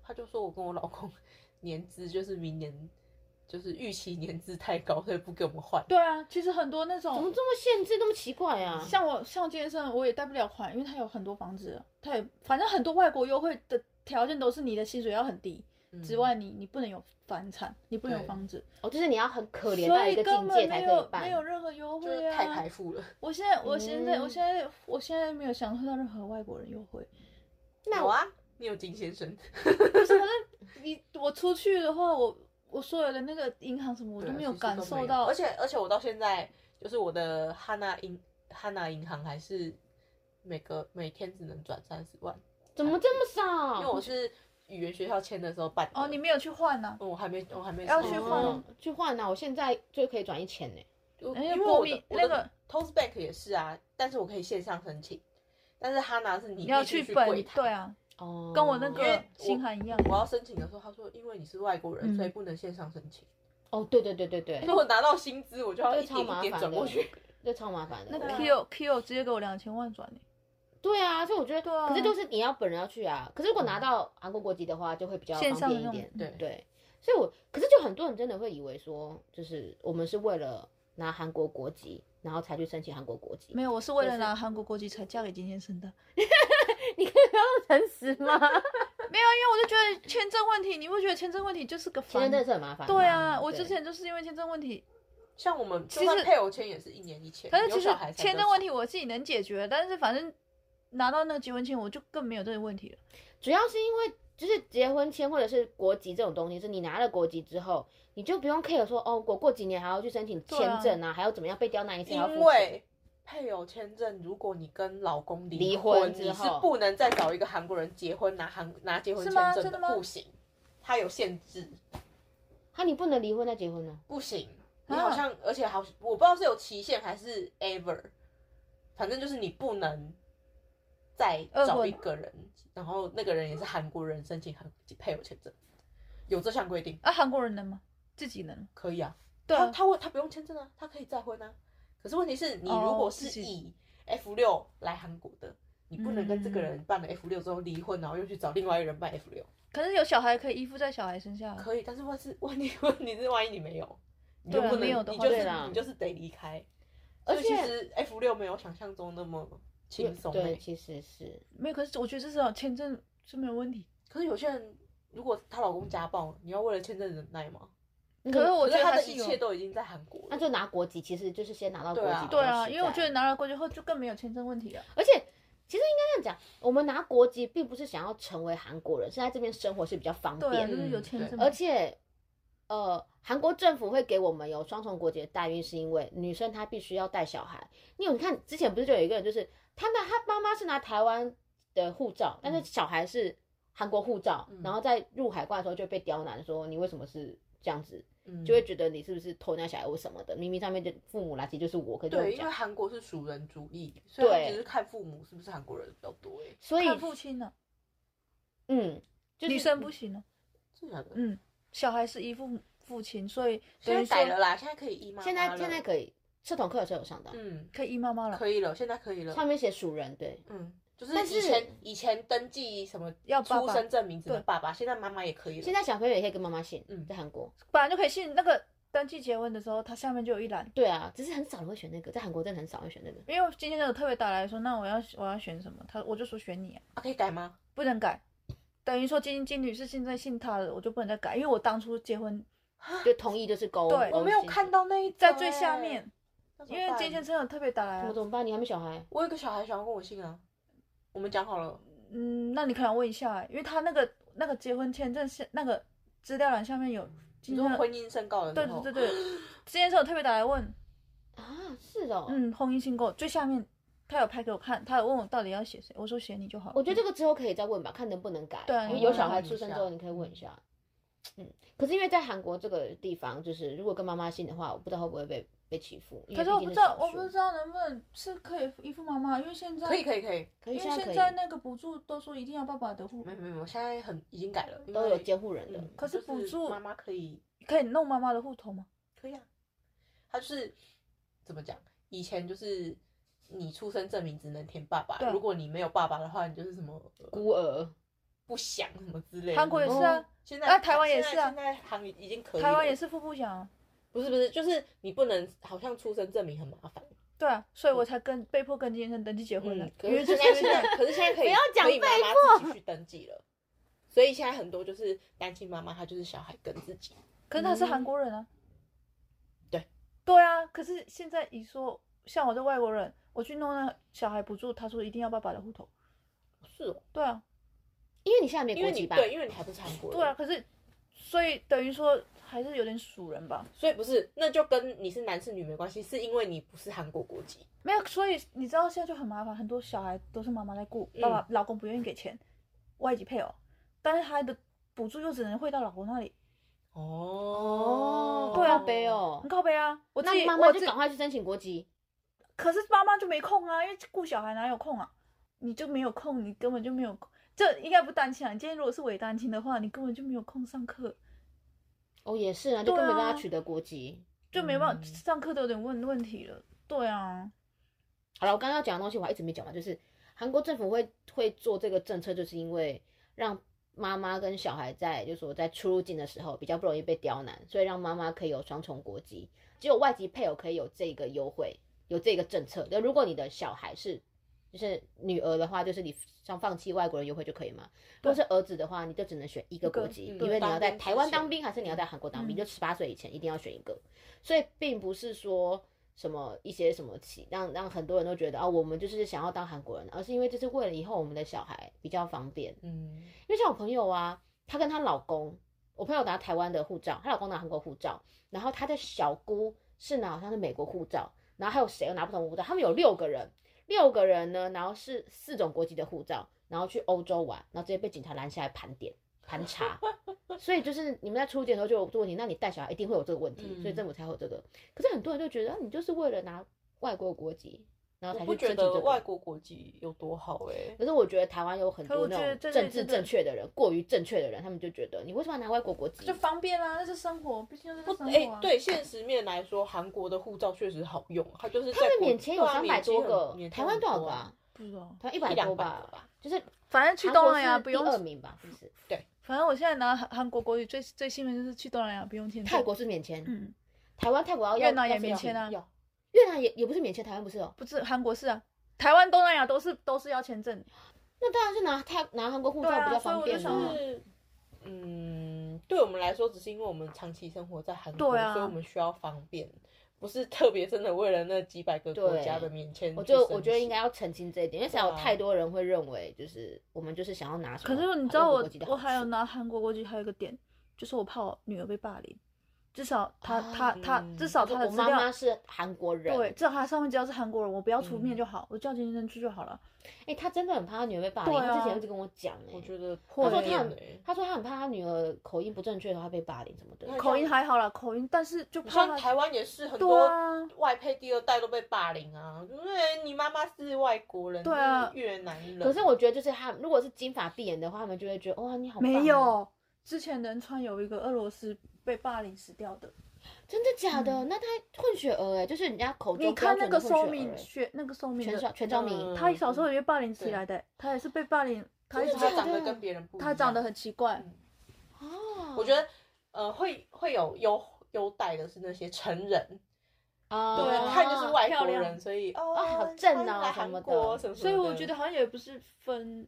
Speaker 4: 他就说我跟我老公年资就是明年就是预期年资太高，所以不给我们换。
Speaker 2: 对啊，其实很多那
Speaker 5: 怎么
Speaker 2: 种，
Speaker 5: 这么限制，那么奇怪啊？
Speaker 2: 像我像健身，我也贷不了款，因为他有很多房子，他也反正很多外国优惠的条件都是你的薪水要很低，
Speaker 4: 嗯
Speaker 2: 之外你你不能有房产，你不能有
Speaker 4: 对
Speaker 2: 房子，
Speaker 5: 哦，就是你要很
Speaker 2: 所
Speaker 5: 可怜到一
Speaker 2: 以
Speaker 5: 个境
Speaker 2: 根
Speaker 5: 界
Speaker 2: 本
Speaker 5: 才
Speaker 2: 没
Speaker 5: 可以
Speaker 2: 有
Speaker 5: 办
Speaker 2: 没。有任何优
Speaker 4: 嗯就是
Speaker 2: 惠啊。
Speaker 4: 太排富了，
Speaker 2: 我现在我现在
Speaker 5: 嗯
Speaker 2: 我现在我现在没有享受到任何外国人优惠，
Speaker 5: 那
Speaker 4: 有啊，你有金先生，
Speaker 2: 不是，可是你我出去的话，我我所有的那个银行什么我
Speaker 4: 对
Speaker 2: 都
Speaker 4: 啊
Speaker 2: 没有
Speaker 4: 其实
Speaker 2: 感
Speaker 4: 都没
Speaker 2: 受
Speaker 4: 有
Speaker 2: 到，
Speaker 4: 而且而且我到现在就是我的哈娜银哈娜银行还是每个每天只能转三十万，
Speaker 5: 怎么这么
Speaker 2: 哦
Speaker 4: 因为
Speaker 5: 少？
Speaker 4: 我是语言学校签的时候办的
Speaker 2: 哦，你没有去换呐、
Speaker 4: 嗯我还没我还没
Speaker 2: 哦要
Speaker 4: 收
Speaker 2: 去
Speaker 4: 到
Speaker 2: 换
Speaker 5: 哦去换啊！我现在就可以转一千呢。
Speaker 4: 因
Speaker 2: 哎
Speaker 4: 为
Speaker 2: 国
Speaker 4: 我
Speaker 2: 民
Speaker 4: 的我
Speaker 2: 那
Speaker 4: 的
Speaker 2: 个
Speaker 4: Toast Bank 也是啊，但是我可以线上申请，但是哈拿是你
Speaker 2: 你要
Speaker 4: 必须
Speaker 2: 去
Speaker 4: 去
Speaker 2: 本
Speaker 4: 柜台
Speaker 2: 对，啊，
Speaker 5: 哦
Speaker 2: 跟我那
Speaker 4: 因为
Speaker 2: 个
Speaker 4: 我
Speaker 2: 星涵一样，
Speaker 4: 我要申请的时候，他说因为你是外国人，
Speaker 2: 嗯
Speaker 4: 所以不能线上申请。
Speaker 5: 哦，对对对对对
Speaker 4: 因，为我拿到薪资，我就要
Speaker 5: 这
Speaker 4: 一
Speaker 5: 个超
Speaker 4: 点一
Speaker 5: 麻
Speaker 4: 点
Speaker 5: 烦
Speaker 4: 转过
Speaker 5: 的
Speaker 4: 去。，
Speaker 5: 这超麻烦
Speaker 2: 那
Speaker 5: 的。
Speaker 2: 个
Speaker 5: 我
Speaker 4: 啊
Speaker 2: Q Q 直接给我两千万转欸
Speaker 5: 对啊，所以我觉得，
Speaker 2: 对啊嗯
Speaker 5: 可是就是你要本人要去啊。可是如果拿到韩国国籍的话，就会比较
Speaker 2: 线
Speaker 5: 方
Speaker 2: 上
Speaker 5: 便
Speaker 2: 那
Speaker 5: 一
Speaker 2: 种
Speaker 5: 点。
Speaker 4: 对
Speaker 5: 对，所以我可是就很多人真的会以为说，就是我们是为了拿韩国国籍，然后才去申请韩国国籍。
Speaker 2: 没有，我是为了拿韩国国籍才嫁给金先生的。哎
Speaker 5: 你可以不要那么诚实 吗？
Speaker 2: 没有，因为我就觉得签证问题，你不觉得签证问题就是个烦
Speaker 5: 签证真？的是很麻烦。
Speaker 2: 对啊，我
Speaker 5: 对
Speaker 2: 之前就是因为签证问题，
Speaker 4: 像我们
Speaker 2: 其
Speaker 4: 就算
Speaker 2: 实
Speaker 4: 配偶签也是一年一签，
Speaker 2: 可是
Speaker 4: 有
Speaker 2: 其实
Speaker 4: 小孩才
Speaker 2: 签
Speaker 4: 比
Speaker 2: 证
Speaker 4: 较
Speaker 2: 问
Speaker 4: 少
Speaker 2: 题我自己能解决，但是反正拿到那个结婚签，我就更没有这个问题了。
Speaker 5: 主要是因为就是结婚签或者是国籍这种东西，是你拿了国籍之后，你就不用 care 说哦，我过几年还要去申请
Speaker 2: 对啊
Speaker 5: 签证啊，还要怎么样被刁难一次，还要
Speaker 4: 因
Speaker 5: 付钱。
Speaker 4: 为配偶签证，如果你跟老公离
Speaker 5: 离
Speaker 4: 婚
Speaker 5: 婚之
Speaker 4: 你是
Speaker 5: 后
Speaker 4: 不能再找一个韩国人结婚拿韩拿结婚
Speaker 2: 是
Speaker 4: 签
Speaker 2: 吗
Speaker 4: 证
Speaker 2: 真的吗
Speaker 4: 不行，它有限制，
Speaker 5: 那、你不能离婚再结婚呢？
Speaker 4: 不行。
Speaker 2: 啊
Speaker 4: 你好像，而且好，我不知道是有期限还是 ever，反正就是你不能再找一个人，然后那个人也是韩国人申请韩配偶签证，有这项规定，
Speaker 2: 啊，韩国人能吗？自己能？
Speaker 4: 可以啊。
Speaker 2: 对
Speaker 4: 他
Speaker 2: 啊，
Speaker 4: 他会他不用签证啊，他可以再婚啊。可是问题是你
Speaker 2: 哦
Speaker 4: 如果
Speaker 2: 自己
Speaker 4: 是以 F 六来韩国的，你不能跟
Speaker 2: 嗯
Speaker 4: 这个人办了 F 六之后离婚，然后又去找另外一个人办 F 六，
Speaker 2: 可是有小孩可以依附在小孩身下。啊
Speaker 4: 可以。但是万是问题问题是万一你没有，你就
Speaker 2: 对啊
Speaker 4: 不能，
Speaker 2: 没有的
Speaker 4: 你
Speaker 2: 话
Speaker 4: 就是
Speaker 5: 对啦
Speaker 4: 你就是得离开。
Speaker 5: 而
Speaker 4: 所以其
Speaker 5: 且
Speaker 4: 实 F 六没有想象中那么轻松、
Speaker 5: 对，
Speaker 4: 欸。
Speaker 5: 其实是
Speaker 2: 没有，可是我觉得至少签证是没有问题。
Speaker 4: 可是有些人如果她老公家暴，你要为了签证忍耐吗？
Speaker 2: 可是我
Speaker 4: 可
Speaker 2: 觉
Speaker 4: 是
Speaker 2: 得
Speaker 4: 她
Speaker 2: 还
Speaker 4: 的
Speaker 2: 是
Speaker 4: 一
Speaker 2: 有。啊
Speaker 4: 切都已经在韩国
Speaker 5: 那
Speaker 4: 了。
Speaker 5: 就拿国籍，其实就是先拿到国籍
Speaker 4: 对啊
Speaker 5: 比较
Speaker 2: 对啊，
Speaker 5: 实
Speaker 2: 因为我
Speaker 5: 在
Speaker 2: 觉得拿了过去后就更没有签证问题了。
Speaker 5: 而且其实应该这样讲，我们拿国籍并不是想要成为韩国人，是在这边生活是比较方
Speaker 2: 对啊，
Speaker 5: 便
Speaker 2: 就
Speaker 5: 的，
Speaker 2: 是
Speaker 4: 嗯
Speaker 2: 有签证嘛。
Speaker 5: 而且。呃，韩国政府会给我们有双重国籍的待遇，是因为女生她必须要带小孩。你有你看之前不是就有一个人，就是他拿他妈妈是拿台湾的护照，但是小孩是韩国护照，
Speaker 4: 嗯
Speaker 5: 然后在入海关的时候就被刁难，说你为什么是这样子，
Speaker 4: 嗯
Speaker 5: 就会觉得你是不是偷人家小孩或什么的。明明上面的父母来其实就是我，可是就
Speaker 4: 对，
Speaker 5: 这
Speaker 4: 因为
Speaker 5: 样，
Speaker 4: 韩国是属人主义，所以他们
Speaker 5: 对
Speaker 4: 只是看父母是不是韩国人比较多哎、欸。
Speaker 5: 所以
Speaker 2: 看父亲呢，
Speaker 5: 嗯，就是
Speaker 2: 女生不行呢。
Speaker 4: 真的假的？
Speaker 2: 嗯，小孩是依附父亲，所以
Speaker 4: 现
Speaker 2: 等于
Speaker 4: 在改了
Speaker 2: 说
Speaker 4: 啦，现在可以姨妈妈
Speaker 5: 现在现在
Speaker 4: 了
Speaker 5: 可以，社团课的时候有上到，
Speaker 4: 嗯，
Speaker 2: 可以依妈妈了，
Speaker 4: 可以了，现在可
Speaker 2: 嗯
Speaker 4: 以
Speaker 5: 上
Speaker 4: 了。
Speaker 5: 面写属人，对，
Speaker 4: 嗯，就是
Speaker 5: 但
Speaker 4: 以
Speaker 5: 是
Speaker 4: 前以前登记什么
Speaker 2: 要爸
Speaker 4: 出
Speaker 2: 爸
Speaker 4: 生证明只能
Speaker 2: 对
Speaker 4: 爸爸，现在妈妈也可以了。
Speaker 5: 现在小朋友也可以跟妈妈姓，
Speaker 4: 嗯
Speaker 5: 在韩国，
Speaker 2: 本来就可以信那个登记结婚的时候，它下面就有一栏。
Speaker 5: 对啊，只是很少人会选那个，在韩国真的很少会选那个，
Speaker 2: 因为今天有特别打来说，那我要我要选什么？他我就说选你啊，
Speaker 4: 啊可以改吗？
Speaker 2: 不能改。等于说今金女士现在信他了，我就不能再改，因为我当初结婚
Speaker 5: 就同意就是勾，
Speaker 2: 啊对
Speaker 5: 勾
Speaker 4: 我没有
Speaker 5: 姓
Speaker 4: 看，到那一
Speaker 2: 在
Speaker 4: 张
Speaker 2: 最下
Speaker 4: 欸，
Speaker 2: 面，
Speaker 4: 那怎
Speaker 2: 因
Speaker 4: 么
Speaker 2: 为
Speaker 4: 办
Speaker 2: 金先生有特别打来、
Speaker 5: 我
Speaker 2: 啊
Speaker 5: 怎，么办？你还没小孩，
Speaker 4: 我有一个小孩想要跟我姓啊，我们讲好了，
Speaker 2: 嗯，那你可能要问一下、因为他那个那个结婚签证是那个资料栏下面有
Speaker 4: 你
Speaker 2: 金
Speaker 4: 说
Speaker 2: 先生，
Speaker 4: 婚姻申告的
Speaker 2: 对
Speaker 4: 时候，
Speaker 2: 对对对， 金先生有特别打来问，
Speaker 5: 啊，是哦，
Speaker 2: 嗯，婚姻信购最下面他有拍给我看，他有问我到底要写谁，我说写你就好了。
Speaker 5: 我觉得这个之后可以再问吧，看能不能改，
Speaker 2: 嗯对啊
Speaker 5: 因为
Speaker 2: 你
Speaker 5: 有
Speaker 2: 问
Speaker 5: 小
Speaker 4: 他
Speaker 5: 孩
Speaker 4: 一
Speaker 5: 出生之
Speaker 4: 下
Speaker 2: 嗯
Speaker 5: 后你可以问一下，嗯，可是因为在韩国这个地方，就是如果跟妈妈姓的话，我不知道会不会被被欺负，因为
Speaker 2: 可是
Speaker 5: 毕
Speaker 2: 我
Speaker 5: 竟
Speaker 2: 不知道
Speaker 5: 少，
Speaker 2: 我
Speaker 5: 数
Speaker 2: 不知道能不能是可以依附妈妈，因为现在
Speaker 4: 可以可以可以，
Speaker 5: 可以
Speaker 2: 因为
Speaker 5: 现在可
Speaker 2: 现
Speaker 5: 以
Speaker 2: 在那个补助都说一定要爸爸的户
Speaker 4: 没，有没有没有，现在很已经改了，因
Speaker 5: 都有
Speaker 4: 为
Speaker 5: 监护人的，
Speaker 4: 嗯
Speaker 2: 可是
Speaker 4: 就
Speaker 2: 补助
Speaker 4: 妈妈可以
Speaker 2: 可以弄妈妈的户头吗？
Speaker 4: 可以啊，他就是怎么讲？以前就是你出生证明只能填爸爸
Speaker 2: 对，啊
Speaker 4: 如果你没有爸爸的话，你就是什么、呃
Speaker 5: 孤儿，
Speaker 4: 不祥什么之类的。
Speaker 2: 韩国也是啊
Speaker 4: 嗯，现在
Speaker 2: 啊台湾也
Speaker 4: 现
Speaker 2: 是
Speaker 4: 在
Speaker 2: 啊
Speaker 4: 现在韩已经可以了。
Speaker 2: 台湾也是富不祥啊，
Speaker 4: 不是不是，就是你不能，好像出生证明很麻烦。
Speaker 2: 对啊，所以我才跟被迫跟金先生登记结婚了
Speaker 4: 嗯，，可是现在现在，可是现在可以
Speaker 5: 不要讲
Speaker 4: 可以妈妈自己去登记了。所以现在很多就是单亲妈妈，她就是小孩跟自己。
Speaker 2: 可是他是韩国人啊，
Speaker 4: 对，
Speaker 2: 对啊，可是现在一说像我这外国人，我去弄那小孩补助，他说一定要爸爸的户头，
Speaker 4: 是哦，
Speaker 2: 对啊，
Speaker 5: 因为你现在没
Speaker 4: 因
Speaker 5: 国
Speaker 4: 为你
Speaker 5: 籍吧？
Speaker 4: 对，因为你还不是韩国人。
Speaker 2: 对啊，可是所以等于说还是有点属人吧，
Speaker 4: 所以不是，那就跟你是男是女没关系，是因为你不是韩国国籍。
Speaker 2: 没有，所以你知道现在就很麻烦，很多小孩都是妈妈在顾，爸爸、老公不愿意给钱，外籍配偶，但是他的补助又只能汇到老公那里。
Speaker 4: 哦
Speaker 2: 对
Speaker 5: 贵要背哦
Speaker 2: 很。靠背啊。我自己
Speaker 5: 那妈妈
Speaker 2: 我
Speaker 5: 就
Speaker 2: 自己
Speaker 5: 赶快去申请国籍，
Speaker 2: 可是妈妈就没空啊，因为顾小孩哪有空啊？你就没有空，你根本就没有空。这应该不单亲啊！你今天如果是伪单亲的话，你根本就没有空上课，
Speaker 5: 哦也是啊，就根
Speaker 2: 对
Speaker 5: 本
Speaker 2: 啊
Speaker 5: 没办法取得国籍。
Speaker 2: 就没办法、
Speaker 4: 嗯
Speaker 2: 上课都有点问问题了。对啊，
Speaker 5: 好了，我刚刚要讲的东西我还一直没讲完，就是韩国政府会会做这个政策，就是因为让妈妈跟小孩在就是说在出入境的时候比较不容易被刁难，所以让妈妈可以有双重国籍，只有外籍配偶可以有这个优惠，有这个政策。就如果你的小孩是就是女儿的话，就是你像放弃外国人优惠就可以嘛。如果是儿子的话，你就只能选一个
Speaker 2: 一个
Speaker 5: 国籍，
Speaker 4: 嗯
Speaker 5: 因为你要在
Speaker 4: 当兵之
Speaker 5: 台湾
Speaker 4: 前
Speaker 5: 当兵还是你要在韩国当兵，
Speaker 2: 嗯
Speaker 5: 就十八岁以前一定要选一个。所以并不是说什么一些什么起让让很多人都觉得啊、我们就是想要当韩国人，而是因为这是为了以后我们的小孩比较方便。
Speaker 4: 嗯，
Speaker 5: 因为像我朋友啊，她跟她老公，我朋友拿台湾的护照，她老公拿韩国护照，然后她的小姑是拿好像是美国护照，然后还有谁又拿不同护照？他们有六个人，六个人呢，然后是四种国籍的护照，然后去欧洲玩，然后直接被警察拦下来盘点盘查。所以就是你们在出境的时候就有这个问题，那你带小孩一定会有这个问题，
Speaker 4: 嗯
Speaker 5: 所以政府才会有这个。可是很多人就觉得、啊你就是为了拿外国国籍，然后
Speaker 4: 我
Speaker 5: 才
Speaker 4: 不
Speaker 5: 去
Speaker 4: 觉
Speaker 5: 申请这
Speaker 4: 得
Speaker 5: 个
Speaker 4: 外国国籍有多好哎、
Speaker 5: 可是我觉得台湾有很
Speaker 2: 可
Speaker 5: 多
Speaker 2: 我觉
Speaker 5: 那
Speaker 2: 得
Speaker 5: 种
Speaker 2: 这
Speaker 5: 政
Speaker 2: 类
Speaker 5: 治
Speaker 2: 是
Speaker 5: 正
Speaker 2: 对
Speaker 5: 确的人，过于正确的人，他们就觉得你为什么要拿外国国籍？
Speaker 2: 就方便啊，那是生活，毕竟就是
Speaker 4: 不，
Speaker 2: 生
Speaker 4: 哎、
Speaker 2: 活、啊
Speaker 4: 对现实面来说，韩国的护照确实好用，啊它就是
Speaker 5: 他
Speaker 4: 在
Speaker 5: 们
Speaker 4: 国
Speaker 5: 免签有
Speaker 4: 对啊
Speaker 5: 三百
Speaker 4: 免签
Speaker 5: 多
Speaker 4: 很
Speaker 5: 个，
Speaker 4: 免签
Speaker 5: 台湾
Speaker 4: 很
Speaker 5: 多少
Speaker 4: 多
Speaker 5: 个
Speaker 4: 啊
Speaker 5: 啊？
Speaker 2: 不知道。
Speaker 5: 台湾一百
Speaker 4: 一两
Speaker 5: 多
Speaker 4: 百
Speaker 5: 吧
Speaker 4: 个吧
Speaker 5: 就是
Speaker 2: 反正去
Speaker 5: 韩
Speaker 2: 东
Speaker 5: 国
Speaker 2: 南亚
Speaker 5: 是
Speaker 2: 不
Speaker 5: 第
Speaker 2: 用
Speaker 5: 二名吧，是不是？
Speaker 2: 反正我现在拿韩韩国国语最最幸运就是去东南亚不用签证。
Speaker 5: 泰国是免签，
Speaker 2: 嗯，
Speaker 5: 台湾、泰国要
Speaker 2: 越南
Speaker 5: 要
Speaker 2: 也
Speaker 5: 是
Speaker 2: 免
Speaker 5: 要
Speaker 2: 签
Speaker 5: 请
Speaker 2: 啊
Speaker 5: 要越南也也不是免签，台湾不是哦。
Speaker 2: 不是韩国是啊，台湾、东南亚都是都是要签证。
Speaker 5: 那当然是拿泰拿韩国护照
Speaker 2: 对啊
Speaker 5: 比较
Speaker 2: 所以
Speaker 5: 方
Speaker 2: 我就
Speaker 5: 便
Speaker 2: 想
Speaker 5: 啊
Speaker 2: 说。
Speaker 4: 是，嗯，对我们来说，只是因为我们长期生活在韩国，
Speaker 2: 对啊
Speaker 4: 所以我们需要方便，不是特别真的为了那几百个国家的免签去
Speaker 5: 我
Speaker 4: 申
Speaker 5: 就
Speaker 4: 请。
Speaker 5: 我觉得应该要澄清这一点，因为实在有
Speaker 4: 对啊
Speaker 5: 太多人会认为就是我们就是想要拿什
Speaker 2: 可
Speaker 5: 么
Speaker 2: 是你知
Speaker 5: 外
Speaker 2: 道
Speaker 5: 国
Speaker 2: 我
Speaker 5: 国籍的
Speaker 2: 我
Speaker 5: 好
Speaker 2: 还有
Speaker 5: 处
Speaker 2: 拿韩国国籍还有一个点，就是我怕我女儿被霸凌，至少她
Speaker 5: 啊
Speaker 2: 她她
Speaker 4: 嗯
Speaker 2: 至少
Speaker 5: 就
Speaker 2: 她的
Speaker 5: 我
Speaker 2: 资
Speaker 5: 妈妈
Speaker 2: 料。
Speaker 5: 是韩国人，
Speaker 2: 对，至少她上面只要是韩国人，我不要出面
Speaker 4: 嗯
Speaker 2: 就好，我叫金先生去就好了。
Speaker 5: 哎、他真的很怕他女儿被霸凌，
Speaker 2: 对
Speaker 5: 他之
Speaker 2: 啊
Speaker 5: 前一直跟我讲、哎，
Speaker 4: 我觉得
Speaker 2: 他说
Speaker 4: 会
Speaker 2: 他
Speaker 5: 很
Speaker 4: 耶
Speaker 5: 他说他很怕他女儿口音不正确的话被霸凌什么的。
Speaker 4: 那
Speaker 2: 口音
Speaker 4: 像
Speaker 2: 还好啦，口音，但是就
Speaker 4: 你
Speaker 2: 怕
Speaker 4: 像
Speaker 2: 她
Speaker 4: 台湾也是很
Speaker 2: 对
Speaker 4: 多
Speaker 2: 啊
Speaker 4: 外配第二代都被霸凌啊，因为你妈妈是外国人，
Speaker 2: 对啊
Speaker 4: 你是越南人。
Speaker 5: 可是我觉得就是他如果是金发碧眼的话，他们就会觉得哇、你好棒哦
Speaker 2: 没，有。之前仁川有一个俄罗斯被霸凌死掉的，
Speaker 5: 真的假的？那他混血儿哎、就是人家口
Speaker 2: 嗯
Speaker 5: 中
Speaker 2: 你看那
Speaker 5: 标
Speaker 2: 个
Speaker 5: 准的
Speaker 2: 收
Speaker 5: 混血儿
Speaker 2: 明
Speaker 5: 哎
Speaker 2: 学那个收明
Speaker 5: 全
Speaker 2: 的
Speaker 5: 少全昭
Speaker 4: 嗯
Speaker 5: 明，
Speaker 2: 他小时候也被霸凌起来的，他也是被霸凌，他一
Speaker 4: 就
Speaker 2: 直
Speaker 4: 是他
Speaker 5: 假
Speaker 4: 长
Speaker 5: 的
Speaker 4: 得跟别人不一样，
Speaker 2: 他长得很奇怪，
Speaker 5: 哦
Speaker 4: 我觉得呃会会有优优待的是那些成人，
Speaker 5: 啊，
Speaker 4: 对，他就是外国
Speaker 2: 漂
Speaker 4: 人，
Speaker 2: 亮
Speaker 4: 所以哦
Speaker 5: 啊好正哦
Speaker 4: 他
Speaker 5: 什么
Speaker 4: 来韩
Speaker 5: 的
Speaker 4: 国什么什
Speaker 2: 所
Speaker 4: 么的，
Speaker 2: 以我觉得好像也不是分，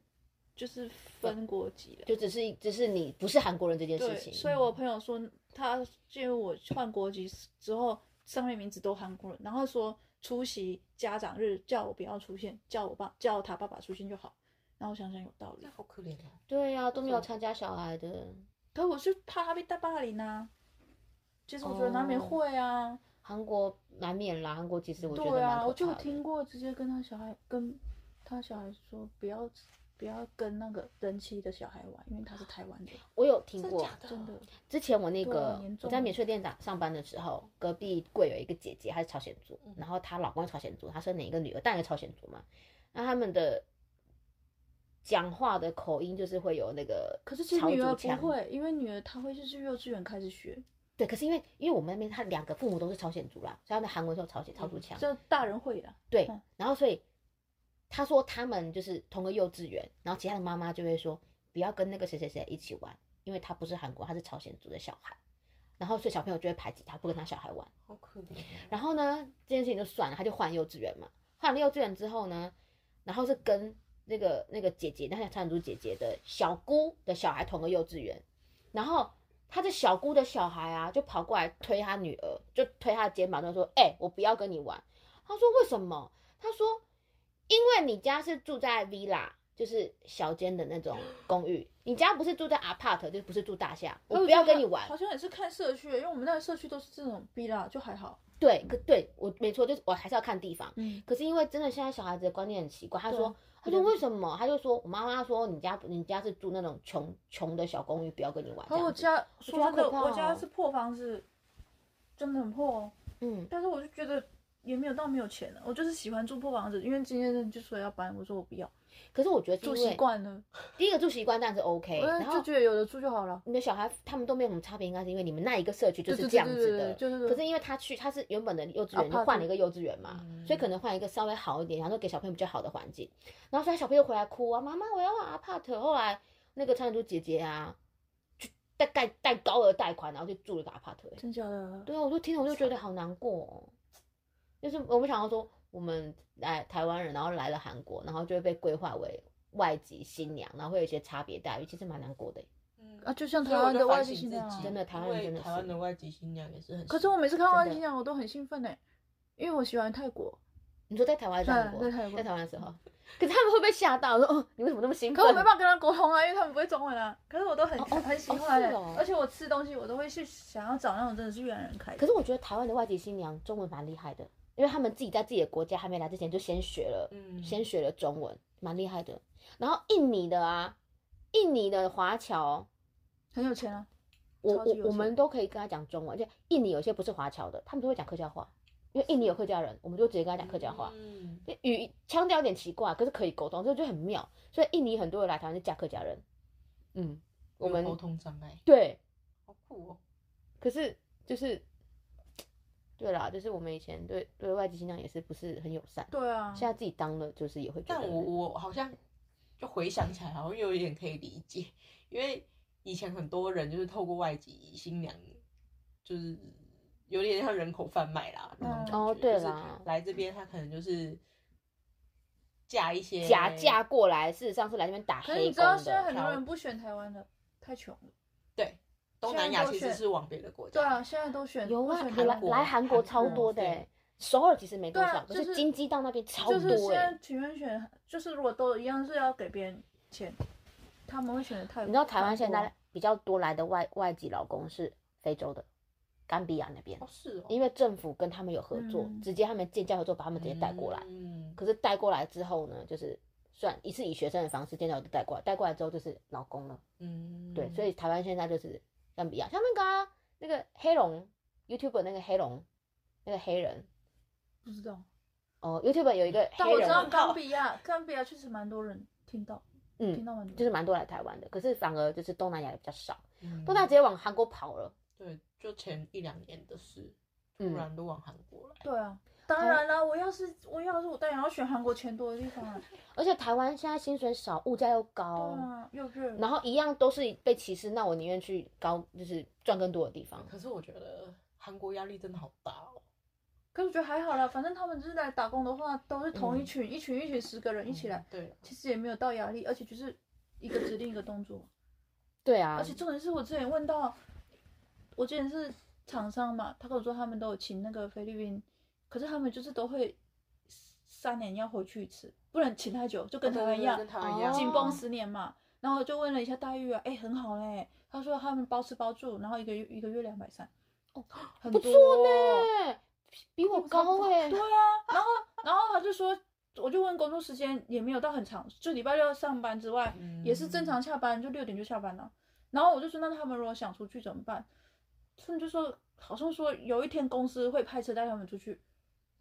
Speaker 2: 就是分国籍的。
Speaker 5: 就只是只是你不是韩国人这件
Speaker 2: 对
Speaker 5: 事，情，
Speaker 2: 所以我朋友说，他因为我换国籍之后，上面名字都韩国人，然后说出席家长日叫我不要出现，叫我爸叫他爸爸出现就好。然后我想想有道理
Speaker 4: 那，好可怜哦。
Speaker 5: 对啊，都没有参加小孩的。
Speaker 2: 可我是怕他被大霸凌啊。其实我觉得难免会啊，
Speaker 5: 韩国难免啦，韩国其实哦我觉得
Speaker 2: 对
Speaker 5: 蛮
Speaker 2: 啊，
Speaker 5: 可
Speaker 2: 我就有
Speaker 5: 怕的
Speaker 2: 听过直接跟他小孩跟他小孩说不要不要跟那个人妻的小孩玩，因为他是台湾的，
Speaker 5: 我有听
Speaker 4: 真
Speaker 5: 过，
Speaker 4: 假的
Speaker 2: 真的。
Speaker 5: 之前我那
Speaker 2: 对啊
Speaker 5: 个
Speaker 2: 严
Speaker 5: 我
Speaker 2: 重
Speaker 5: 在免税店长上班的时候，隔壁柜有一个姐姐，她是朝鲜族，
Speaker 2: 嗯
Speaker 5: 然后她老公是朝鲜族，她生了一个女儿，但也是朝鲜族嘛。那他们的讲话的口音就是会有那个，
Speaker 2: 可是其实女儿不
Speaker 5: 腔。
Speaker 2: 会，因为女儿她会就是幼稚园开始学，
Speaker 5: 对，可是因为因为我们那边她两个父母都是朝鲜族啦，所以他们韩文都有朝鲜朝族腔。
Speaker 2: 就大人会啦。
Speaker 5: 对
Speaker 2: 嗯，
Speaker 5: 然后所以他说他们就是同个幼稚园，然后其他的妈妈就会说不要跟那个谁谁谁一起玩，因为他不是韩国，他是朝鲜族的小孩，然后所以小朋友就会排挤他，不跟他小孩玩。
Speaker 4: 好可怜哦。
Speaker 5: 然后呢，这件事情就算了，他就换幼稚园嘛。换了幼稚园之后呢，然后是跟那个那个姐姐，那个产主姐姐的小姑的小孩同个幼稚园，然后他的小姑的小孩啊，就跑过来推他女儿，就推他的肩膀，就说：“哎、我不要跟你玩。”他说：“为什么？”他说：“因为你家是住在 villa。”就是小间的那种公寓，你家不是住在 apart，就不是住大厦，我
Speaker 2: 哎
Speaker 5: 不
Speaker 2: 觉
Speaker 5: 要
Speaker 2: 得
Speaker 5: 跟你玩
Speaker 2: 好。像也是看社区，因为我们那个社区都是这种 B 啦，就还好。
Speaker 5: 对，可对我没错，就是我还是要看地方。
Speaker 2: 嗯，
Speaker 5: 可是因为真的现在小孩子的观念很奇怪，他
Speaker 2: 对啊
Speaker 5: 说他
Speaker 2: 有
Speaker 5: 说
Speaker 2: 点
Speaker 5: 为什么？他就说我妈妈说你家你家是住那种穷穷的小公寓，不要跟你玩这
Speaker 2: 可我
Speaker 5: 样子。
Speaker 2: 家
Speaker 5: 觉得
Speaker 2: 说真的，
Speaker 5: 好可怕哦
Speaker 2: 我家是破房子，真的很破哦。
Speaker 5: 嗯，
Speaker 2: 但是我就觉得也没有到没有钱啊了，我就是喜欢住破房子，因为今天就说要搬，我说我不要，
Speaker 5: 可是我觉得
Speaker 2: 住
Speaker 5: 是因
Speaker 2: 习
Speaker 5: 为，
Speaker 2: 惯了，
Speaker 5: 第一个住习惯当然是 OK，
Speaker 2: 我
Speaker 5: 然
Speaker 2: 就
Speaker 5: 后
Speaker 2: 觉得有的住就好了。
Speaker 5: 你的小孩他们都没有什么差别，应该是因为你们那一个社区就
Speaker 2: 对
Speaker 5: 是
Speaker 2: 对
Speaker 5: 这样
Speaker 2: 对
Speaker 5: 子
Speaker 2: 对
Speaker 5: 的，
Speaker 2: 对对对
Speaker 5: 可是因为他去他是原本的幼稚园
Speaker 2: 啊怕
Speaker 5: 就换了一个幼稚园嘛，
Speaker 4: 嗯
Speaker 5: 所以可能换一个稍微好一点，然后给小朋友比较好的环境，然后所以他小朋友回来哭啊，妈妈我要玩阿帕特，后来那个长颈猪姐姐啊，就贷贷贷高额贷款，然后就住了个阿帕特、欸
Speaker 2: 真假的？
Speaker 5: 对啊，我就听了我就觉得好难过、哦，就是我们想要说我们来台湾人，然后来了韩国，然后就会被规划为外籍新娘，然后会有一些差别待遇，其实蛮难过的欸、
Speaker 4: 嗯
Speaker 2: 啊，就像台
Speaker 4: 所以我
Speaker 2: 湾
Speaker 4: 就
Speaker 2: 的外
Speaker 4: 反
Speaker 2: 籍
Speaker 4: 省
Speaker 2: 新
Speaker 4: 自
Speaker 2: 娘啊
Speaker 4: 己
Speaker 5: 真的台湾人
Speaker 4: 因为
Speaker 5: 真的
Speaker 4: 台湾
Speaker 5: 是
Speaker 4: 的外籍新娘也是很辛苦。
Speaker 2: 可是我每次看到外籍
Speaker 5: 真的
Speaker 2: 新娘，我都很兴奋哎，因为我喜欢泰国。
Speaker 5: 你说在台湾还是韩国？
Speaker 2: 对在台湾
Speaker 5: 在台湾的时候，可是他们会被吓到，说哦，你为什么那么兴奋？
Speaker 2: 可我没办法跟他沟通啊，因为他们不会中文啊。可是我都很、
Speaker 5: 哦哦
Speaker 2: 很喜欢、欸
Speaker 5: 哦是哦
Speaker 2: 而且我吃东西我都会去想要找那种真的是越南人开的。
Speaker 5: 可是我觉得台湾的外籍新娘中文蛮厉害的，因为他们自己在自己的国家还没来之前就先学了，
Speaker 4: 嗯
Speaker 5: 先学了中文，蛮厉害的。然后印尼的啊，印尼的华侨，
Speaker 2: 很有钱啊，
Speaker 5: 我
Speaker 2: 超级
Speaker 5: 我
Speaker 2: 有
Speaker 5: 我
Speaker 2: 钱
Speaker 5: 们都可以跟他讲中文，而且印尼有些不是华侨的，他们都会讲客家话，因为印尼有客家人，我们就直接跟他讲客家话。
Speaker 4: 嗯，
Speaker 5: 语腔调有点奇怪，可是可以沟通，这就很妙。所以印尼很多人来台湾就嫁客家人，嗯，我
Speaker 4: 有
Speaker 5: 们
Speaker 4: 沟通障碍，
Speaker 5: 对
Speaker 4: 好酷哦。
Speaker 5: 可是就是，对啦，就是我们以前对对外籍新娘也是不是很友善，
Speaker 2: 对啊，
Speaker 5: 现在自己当了就是也会觉
Speaker 4: 但
Speaker 5: 得，
Speaker 4: 我我好像就回想起来，好像又有点可以理解，因为以前很多人就是透过外籍新娘，就是有点像人口贩卖啦那种
Speaker 2: 嗯
Speaker 4: 感觉。
Speaker 5: 哦对
Speaker 4: 就是
Speaker 5: 啦
Speaker 4: 来这边他可能就是嫁一些
Speaker 5: 假嫁过来，事实上是来这边打
Speaker 2: 可是你
Speaker 5: 黑
Speaker 2: 知道
Speaker 5: 工
Speaker 2: 现在
Speaker 5: 的。
Speaker 2: 很多人不选台湾的，太穷了。
Speaker 4: 对东南亚其
Speaker 2: 现在
Speaker 4: 实
Speaker 2: 都选
Speaker 4: 是往别的国家。
Speaker 2: 对啊，，现在都选
Speaker 5: 有啊，
Speaker 2: 不选
Speaker 5: 来
Speaker 2: 台湾
Speaker 4: 国
Speaker 5: 来韩国超多的、
Speaker 4: 韩国
Speaker 5: 欸，首尔其实没多
Speaker 2: 对
Speaker 5: 少
Speaker 2: 啊，
Speaker 5: 可
Speaker 2: 就是是
Speaker 5: 金鸡到那边超
Speaker 2: 就是
Speaker 5: 多
Speaker 2: 现
Speaker 5: 哎、
Speaker 2: 在请问选，就是如果都一样是要给别人钱，他们会选择泰国。
Speaker 5: 你知道台湾现
Speaker 2: 韩
Speaker 5: 在比较多来的外外籍老公是非洲的，甘比亚那边
Speaker 4: 哦，是哦，
Speaker 5: 因为政府跟他们有合作，
Speaker 2: 嗯
Speaker 5: 直接他们建交合作把他们直接带过来。
Speaker 4: 嗯，
Speaker 5: 可是带过来之后呢，就是算一次以学生的方式见到就带过来，带过来之后就是老公了。
Speaker 4: 嗯，
Speaker 5: 对，所以台湾现在就是跟比亚，像那个啊、那个黑龙 YouTube 那个黑龙那个黑人
Speaker 2: 国不知道，
Speaker 5: 哦，YouTube 有一个
Speaker 2: 但
Speaker 5: 黑
Speaker 2: 我知
Speaker 5: 人
Speaker 2: 道
Speaker 5: 文化，
Speaker 2: 冈比亚，冈比亚确实蛮多人听到，听
Speaker 5: 嗯，
Speaker 2: 到蛮多人。
Speaker 5: 就是蛮多来台湾的，可是反而就是东南亚的比较少，
Speaker 4: 嗯
Speaker 5: 东南亚直接往韩国跑了。
Speaker 4: 对，就前一两年的事，
Speaker 5: 嗯
Speaker 4: 突然都往韩国来。
Speaker 2: 对啊，当然啦，我要是我要是我当然要选韩国钱多的地方啊。
Speaker 5: 而且台湾现在薪水少，物价又
Speaker 2: 对
Speaker 5: 高，
Speaker 2: 啊，又热。
Speaker 5: 然后一样都是被歧视，那我宁愿去高就是赚更多的地方。
Speaker 4: 可是我觉得韩国压力真的好大哦。
Speaker 2: 可是我觉得还好啦，反正他们就是来打工的话，都是同一群，一群一群十个人一起来
Speaker 4: 嗯，，对，
Speaker 2: 其实也没有到压力，而且就是一个指令一个动作。
Speaker 5: 对啊
Speaker 2: 而，且重点是我之前问到，我之前是厂商嘛，他跟我说他们都有请那个菲律宾，可是他们就是都会三年要回去一次，不能请太久，就跟台湾一样哦
Speaker 4: 跟，台湾一
Speaker 5: 哦
Speaker 4: 样，
Speaker 2: 紧绷十年嘛。然后我就问了一下待遇啊，哎，很好嘞。他说他们包吃包住，然后一个月一个月两百三，哦，很
Speaker 5: 不
Speaker 2: 多
Speaker 5: 错
Speaker 2: 哦
Speaker 5: 对，比我高哎、
Speaker 2: 对啊，然后然后他就说，我就问工作时间也没有到很长，就礼拜六上班之外，
Speaker 4: 嗯
Speaker 2: 也是正常下班，就六点就下班了。然后我就说，那他们如果想出去怎么办？他们就说，好像说有一天公司会派车带他们出去，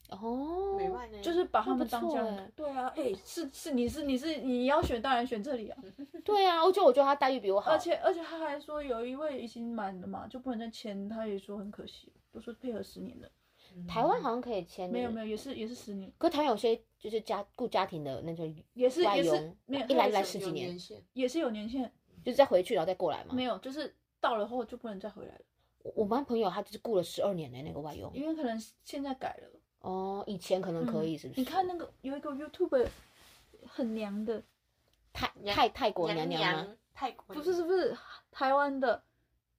Speaker 5: 哦，
Speaker 4: 没办呢，
Speaker 2: 就是把他
Speaker 5: 那不
Speaker 2: 们当
Speaker 5: 错
Speaker 2: 家
Speaker 5: 欸
Speaker 2: 人。对啊，哎、是是你是你是你要选，当然选这里啊。
Speaker 5: 对啊，而且我觉得他待遇比我好，
Speaker 2: 而且而且他还说有一位已经满了嘛，就不能再签，他也说很可惜，都说配合十年的，
Speaker 4: 嗯
Speaker 5: 台湾好像可以签，
Speaker 2: 没有没
Speaker 5: 有，
Speaker 2: 有，也是也是十年，
Speaker 5: 可台湾有些就是家顾家庭的那种
Speaker 2: 也是
Speaker 5: 外
Speaker 2: 也
Speaker 5: 佣
Speaker 2: 是没有，
Speaker 5: 一来
Speaker 2: 他
Speaker 5: 来
Speaker 2: 也
Speaker 5: 十
Speaker 2: 是
Speaker 5: 几
Speaker 4: 有
Speaker 5: 年
Speaker 4: 年限，
Speaker 2: 也是有年限。
Speaker 5: 就是再回去然后再过
Speaker 4: 哦
Speaker 5: 来嘛。
Speaker 2: 没有，就是到了后就不能再回来了，
Speaker 5: 我我班朋友他就是雇了十二年的那个外
Speaker 4: 哦
Speaker 5: 佣，
Speaker 2: 因为可能现在改了。
Speaker 5: 哦，以前可能可以是不
Speaker 2: 嗯
Speaker 5: 是？
Speaker 2: 你看那个有一个 YouTube 很娘的，
Speaker 5: 泰泰泰国娘
Speaker 4: 娘
Speaker 5: 娘吗？
Speaker 4: 泰国
Speaker 2: 不是是不是台湾的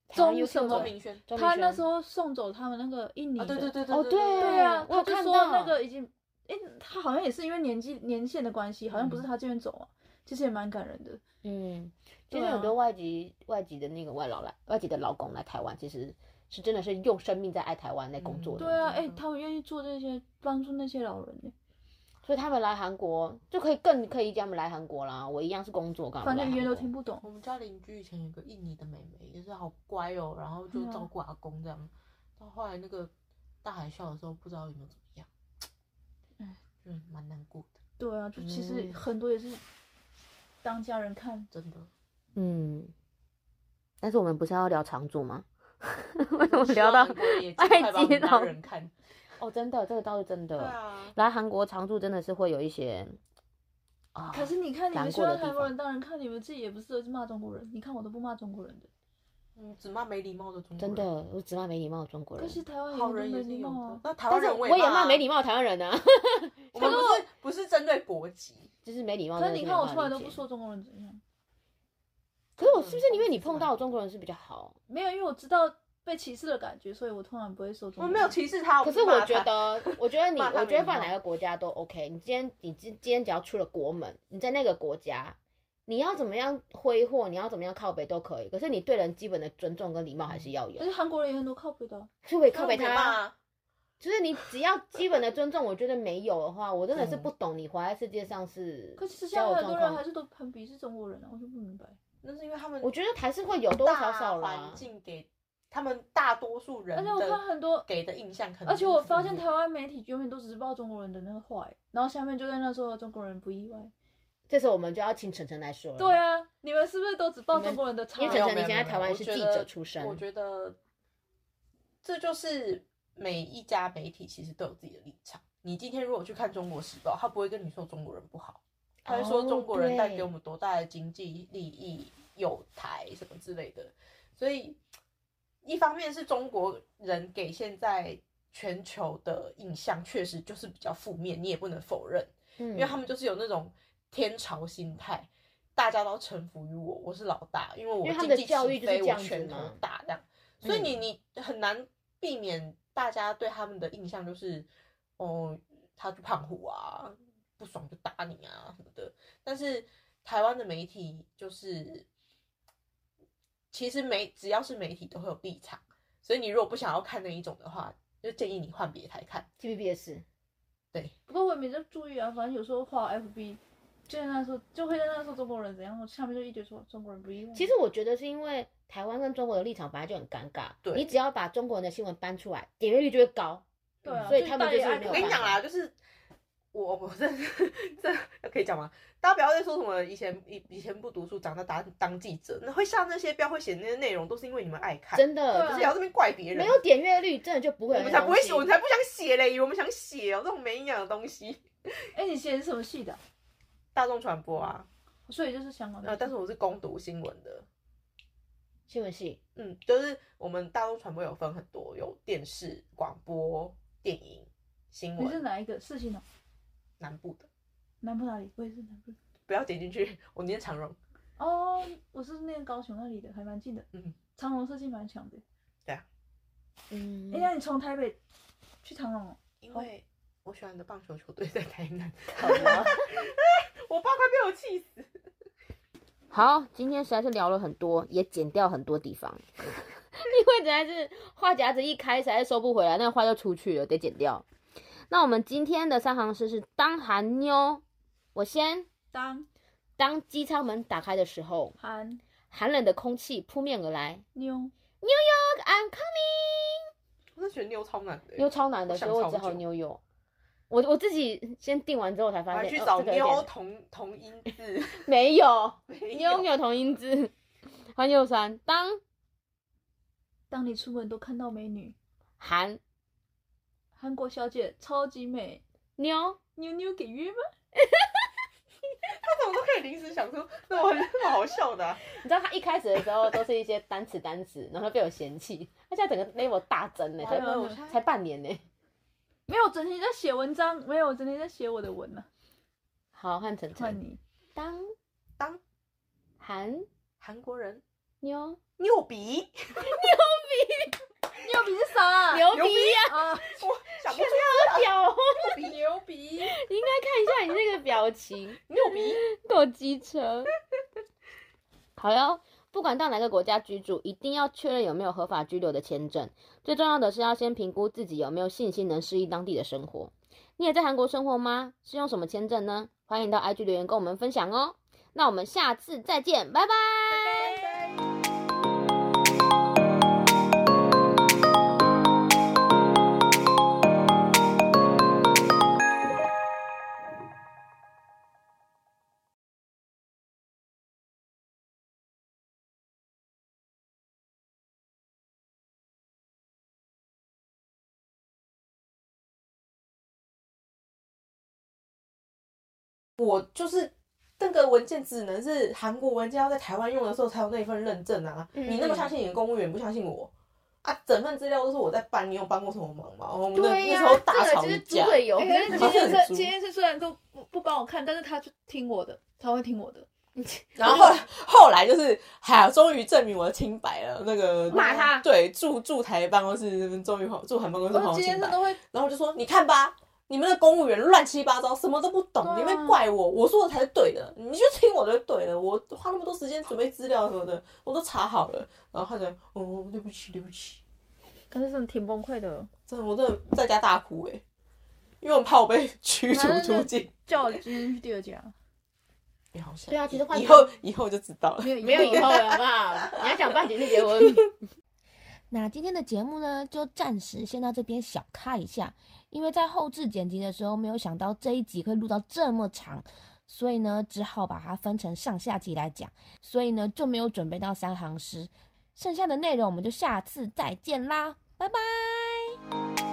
Speaker 5: 台湾
Speaker 2: 中什
Speaker 5: YouTuber
Speaker 2: 么
Speaker 4: 钟？明轩
Speaker 5: 周明
Speaker 2: 他
Speaker 5: 轩
Speaker 2: 那时候送走他们那个印尼的，
Speaker 4: 啊，对对对对
Speaker 5: 哦
Speaker 4: 对
Speaker 2: 对啊，
Speaker 5: 我有
Speaker 2: 他就
Speaker 5: 看
Speaker 2: 说
Speaker 5: 到
Speaker 2: 那个已经，哎、他好像也是因为年纪年限的关系，好
Speaker 4: 嗯
Speaker 2: 像不是他这边走啊，其实也蛮感人的。
Speaker 5: 嗯，其
Speaker 2: 对
Speaker 5: 实很
Speaker 2: 啊
Speaker 5: 多外籍外籍的那个外劳来外籍的老公来台湾，其实是真的是用生命在爱台湾在工作
Speaker 4: 嗯
Speaker 5: 的。
Speaker 2: 对啊，哎、
Speaker 4: 真的
Speaker 2: 他们愿意做这些，帮助那些老人、呢。
Speaker 5: 所以他们来韩国就可以更可以理解他们来韩国啦。我一样是工作，干嘛
Speaker 2: 反
Speaker 5: 来
Speaker 2: 正
Speaker 5: 韩
Speaker 2: 语言都
Speaker 5: 国
Speaker 2: 听不懂。
Speaker 4: 我们家邻居以前有个印尼的妹妹，也是好乖哦，然后就照顾阿公这样。到后来那个大海啸的时候，不知道有没有怎么样，
Speaker 2: 唉
Speaker 4: 嗯，蛮难过的，
Speaker 2: 对啊，就其实
Speaker 4: 嗯
Speaker 2: 很多也是当家人看，
Speaker 4: 真的。
Speaker 5: 嗯，但是我们不是要聊常住吗？ 为什
Speaker 4: 我
Speaker 5: 么聊到埃及
Speaker 4: 到
Speaker 5: 到？
Speaker 4: 人看，
Speaker 5: 哦，真的，这个倒是真
Speaker 4: 对
Speaker 5: 的。
Speaker 4: 啊，
Speaker 5: 来韩国常住真的是会有一些啊，
Speaker 2: 可是你看你
Speaker 5: 难
Speaker 2: 们喜
Speaker 5: 过的
Speaker 2: 欢
Speaker 5: 地
Speaker 2: 韩国
Speaker 5: 方
Speaker 2: 人，当然看你们自己也不是都是骂中国人，你看我都不骂中国人的，
Speaker 4: 嗯，只骂没礼貌的中国
Speaker 5: 啊真
Speaker 4: 人，
Speaker 5: 的，我只骂没礼貌的中国
Speaker 2: 可
Speaker 5: 人，
Speaker 2: 是台湾
Speaker 4: 好
Speaker 2: 也
Speaker 4: 人
Speaker 2: 很多
Speaker 4: 也
Speaker 2: 没
Speaker 4: 是
Speaker 2: 礼
Speaker 4: 有
Speaker 2: 貌
Speaker 4: 的
Speaker 2: 啊。。
Speaker 4: 那台
Speaker 5: 但
Speaker 4: 湾
Speaker 5: 是
Speaker 4: 人
Speaker 5: 我
Speaker 4: 也
Speaker 5: 也骂没礼
Speaker 4: 貌
Speaker 5: 貌的台湾人啊，
Speaker 4: 啊，我们不是不是针对国籍，
Speaker 5: 就是没礼貌。
Speaker 2: 可是你看我从来
Speaker 5: 来
Speaker 2: 都不，说中国人怎样，
Speaker 5: 可是我是不是因为你
Speaker 4: 中国
Speaker 5: 碰
Speaker 4: 人
Speaker 5: 到的中国人是比较好？
Speaker 2: 没有，因为我知道被歧视的感觉，所以我通常不会说中国
Speaker 4: 我
Speaker 2: 人。
Speaker 4: 没有歧视他，
Speaker 5: 可
Speaker 4: 不
Speaker 5: 是
Speaker 4: 骂
Speaker 5: 我觉
Speaker 4: 他
Speaker 5: 得，我觉得你，
Speaker 4: 骂他
Speaker 5: 我
Speaker 4: 没
Speaker 5: 觉得
Speaker 4: 礼
Speaker 5: 放
Speaker 4: 貌
Speaker 5: 哪个国家都 OK。你今天，你今今天只要出了国门，你在那个国家，你要怎么样挥霍，你要怎么样靠北都可以。可是你对人基本的尊重跟礼貌还是要有
Speaker 2: 而。且韩国人也很多嗯靠谱的啊，
Speaker 5: 可以
Speaker 4: 那
Speaker 5: 靠
Speaker 4: 我
Speaker 5: 北
Speaker 4: 没骂
Speaker 5: 他，
Speaker 4: 啊，
Speaker 5: 就是你只要基本的尊重，我觉得没有的话，我真的是
Speaker 4: 嗯
Speaker 5: 不懂你活在世界上是
Speaker 2: 可是现
Speaker 5: 交
Speaker 2: 在很
Speaker 5: 友状
Speaker 2: 多人还
Speaker 5: 况。
Speaker 2: 是都很鄙视中国人啊，我就不明白。
Speaker 4: 那是因为他们
Speaker 5: 我觉得还是会有多多少少
Speaker 4: 大
Speaker 5: 啦
Speaker 4: 环。境给他们大多数人
Speaker 2: 而
Speaker 4: 的，
Speaker 2: 且我看很多
Speaker 4: 给的印象可能，
Speaker 2: 而且我发现台湾媒体永远都只是报中国人的那个坏，然后下面就在那说中国人不意外。
Speaker 5: 这时候我们就要请晨晨来说了。
Speaker 2: 对，啊，你们是不是都只报中国人的啊差
Speaker 5: 因？为
Speaker 4: 没
Speaker 5: 晨
Speaker 4: 有
Speaker 5: 晨你
Speaker 4: 没有
Speaker 5: 现在
Speaker 4: 没有
Speaker 5: 台
Speaker 4: 没有
Speaker 5: 湾
Speaker 4: 我
Speaker 5: 是
Speaker 4: 觉
Speaker 5: 记
Speaker 4: 得
Speaker 5: 者出身，
Speaker 4: 我觉得这就是每一家媒体其实都有自己的立场。你今天如果去看《中国时报》，他不会跟你说中国人不好，他会说
Speaker 5: 哦
Speaker 4: 中国人带给
Speaker 5: 对
Speaker 4: 我们多大的经济利益、有台什么之类的。所以，一方面是中国人给现在全球的印象确实就是比较负面，你也不能否认。
Speaker 5: 因
Speaker 4: 因为他们就是有那种天朝心态，大家都臣服于我，我是老大，因为我
Speaker 5: 因为他们
Speaker 4: 经
Speaker 5: 的
Speaker 4: 济
Speaker 5: 教育
Speaker 4: 起
Speaker 5: 就是
Speaker 4: 飞，
Speaker 5: 这
Speaker 4: 我
Speaker 5: 样子
Speaker 4: 拳头
Speaker 5: 嘛嗯
Speaker 4: 大这样，所以你你很难避免大家对他们的印象就是，哦，他就胖虎啊，不爽就打你啊什么的。但是台湾的媒体就是，其实媒只要是媒体都会有立场，所以你如果不想要看那一种的话，就建议你换别台看。
Speaker 5: T V B 的事，
Speaker 2: 不过我也没在注意啊，反正有时候画 FB，就在那说就会在那说中国人怎样，下面就一堆说中国人不意外。
Speaker 5: 其实我觉得是因为台湾跟中国的立场本来就很尴尬，
Speaker 4: 对
Speaker 5: 你只要把中国人的新闻搬出来，点阅率就会高。
Speaker 2: 对啊，
Speaker 5: 所以他们就是
Speaker 2: 大家也爱
Speaker 5: 没有
Speaker 4: 我
Speaker 2: 看
Speaker 4: 跟你
Speaker 5: 办法
Speaker 4: 讲啦，就是我我这这可以讲吗？大家不要再说什么以前以以前不读书，长大当当记者，那会上那些标，会写那些内容，都是因为你们爱看，
Speaker 5: 真
Speaker 2: 对
Speaker 5: 的
Speaker 2: 啊
Speaker 4: 就是也要这边怪别人。
Speaker 5: 没有点阅率，真的就不会
Speaker 4: 我
Speaker 5: 有
Speaker 4: 们
Speaker 5: 那
Speaker 4: 才
Speaker 5: 种东西。
Speaker 4: 不会写，我们才不想写嘞，以为我们想写哦，这种没营养的东西。
Speaker 2: 哎，你写的是什么系的啊？
Speaker 4: 大众传播啊，
Speaker 2: 所以就是香港
Speaker 5: 啊
Speaker 2: 的。
Speaker 4: 呃，但是我是攻读新闻的，
Speaker 5: 新闻系，
Speaker 4: 嗯，就是我们大众传播有分很多，有电视、广播、电影、新
Speaker 2: 你是
Speaker 4: 闻，
Speaker 2: 哪一个？四系呢？
Speaker 4: 南部的，
Speaker 2: 南部哪里？我也是南部。
Speaker 4: 不要点进去，我念长荣，
Speaker 2: 哦，我是念高雄那里的，还蛮近的。
Speaker 4: 嗯，
Speaker 2: 长隆设计蛮强的。
Speaker 5: 嗯
Speaker 2: 哎，那你从台北去长隆哦？
Speaker 4: 因为我喜欢的棒球球队在台 南。
Speaker 5: 好吧
Speaker 4: 我爸快被我气死。
Speaker 5: 嗯好，今天实在是聊了很多，也剪掉很多地方， 因为实在是话匣子一开，实在是收不回来，那个话就出去了，得剪掉。那我们今天的三行诗是当韩妞，我先
Speaker 2: 当
Speaker 5: 当机舱门打开的时候，
Speaker 2: 韩
Speaker 5: 寒冷的空气扑面而来。
Speaker 2: 妞，
Speaker 5: I'm coming，
Speaker 4: 我是觉得妞超难的，欸
Speaker 5: 妞超难的，
Speaker 4: 我
Speaker 5: 所
Speaker 4: 想
Speaker 5: 以我只
Speaker 4: 超
Speaker 5: 好
Speaker 4: 久
Speaker 5: 妞妞。我我自己先定完之后才
Speaker 4: 我
Speaker 5: 发
Speaker 4: 还
Speaker 5: 现，
Speaker 4: 去
Speaker 5: 哦
Speaker 4: 找
Speaker 5: 这个有点
Speaker 4: 妞同同音 字，
Speaker 5: 没有，
Speaker 4: 没
Speaker 5: 妞
Speaker 4: 有。
Speaker 5: 妞同音字，环球三当
Speaker 2: 当你出门都看到美女，
Speaker 5: 韩
Speaker 2: 韩国小姐超级美，
Speaker 5: 妞
Speaker 2: 妞妞给约吗？
Speaker 4: 他怎么都可以临时想出那么那么好笑的啊、
Speaker 5: 你知道他一开始的时候都是一些单词单词，然后被我嫌弃，他现在整个 level 大增呢，
Speaker 4: 我
Speaker 5: 才
Speaker 4: 还
Speaker 2: 完了
Speaker 4: 我现
Speaker 5: 才
Speaker 4: 在
Speaker 5: 半年呢。
Speaker 2: 没有，整天在写文章，没有，我整天在写我的文呢、
Speaker 5: 好，换晨
Speaker 2: 换
Speaker 5: 晨，
Speaker 2: 你，
Speaker 5: 当
Speaker 4: 当
Speaker 5: 韩
Speaker 4: 韩国人
Speaker 5: 妞
Speaker 4: 牛鼻，
Speaker 2: 牛鼻是啥啊？
Speaker 5: 牛逼
Speaker 4: 牛逼
Speaker 5: 呀，
Speaker 2: 啊，
Speaker 4: 我想不出
Speaker 5: 屌！
Speaker 2: 牛鼻，
Speaker 5: 你应该看一下你那个表情，
Speaker 4: 牛 鼻。
Speaker 5: 够机车。好哟，不管到哪个国家居住，一定要确认有没有合法居留的签证。最重要的是要先评估自己有没有信心能适应当地的生活。你也在韩国生活吗？是用什么签证呢？欢迎到 IG 留言跟我们分享哦。那我们下次再见，拜拜。
Speaker 2: 拜拜。
Speaker 4: 我就是那个文件只能是韩国文件要在台湾用的时候才有那一份认证啊。
Speaker 5: 嗯
Speaker 4: 你那么相信你的公务员，不相信我啊？整份资料都是我在办，你有帮过什么忙吗？我们那
Speaker 5: 对
Speaker 4: 那
Speaker 5: 呀、
Speaker 4: 时候
Speaker 5: 这
Speaker 4: 大
Speaker 5: 个
Speaker 4: 吵
Speaker 5: 就
Speaker 4: 一
Speaker 5: 是
Speaker 4: 架
Speaker 5: 猪。队友，
Speaker 2: 哎、
Speaker 5: 可
Speaker 2: 欸，
Speaker 5: 是
Speaker 4: 好
Speaker 2: 今
Speaker 4: 像
Speaker 2: 天
Speaker 4: 很
Speaker 2: 这
Speaker 4: 足
Speaker 2: 今天是虽然都不不帮我看，但是他就听我的，他会听我的。
Speaker 4: 然后后
Speaker 2: 嗯
Speaker 4: 来后来就是，哎呀，终于证明我的清白了。那个
Speaker 5: 骂他
Speaker 4: 对驻驻台办公室终于黄驻韩办公室
Speaker 2: 我哦
Speaker 4: 黄
Speaker 2: 今天
Speaker 4: 清
Speaker 2: 这
Speaker 4: 白。
Speaker 2: 都会
Speaker 4: 然后我就说，你看吧，你们的公务员乱七八糟，什么都不懂，
Speaker 2: 对啊
Speaker 4: 你们怪我，我说的才是对的，你们就听我的就对了。我花那么多时间准备资料什么的，我都查好了。然后他就，哦，对不起，对不起，
Speaker 2: 可是真的挺崩溃的，哦
Speaker 4: 真的，我真的在家大哭诶、因为我怕我被 驱逐
Speaker 2: 反正就
Speaker 4: 出境。
Speaker 2: 叫我今天去第二家，
Speaker 4: 你好像
Speaker 5: 对啊，其实换
Speaker 4: 以后以后就知道了。
Speaker 2: 没有
Speaker 5: 没有以后了，好不好？你要想办几次结婚？
Speaker 3: 那今天的节目呢，就暂时先到这边小卡一下，因为在后置剪辑的时候，没有想到这一集会录到这么长，所以呢，只好把它分成上下集来讲，所以呢，就没有准备到三行诗，剩下的内容我们就下次再见啦，拜拜。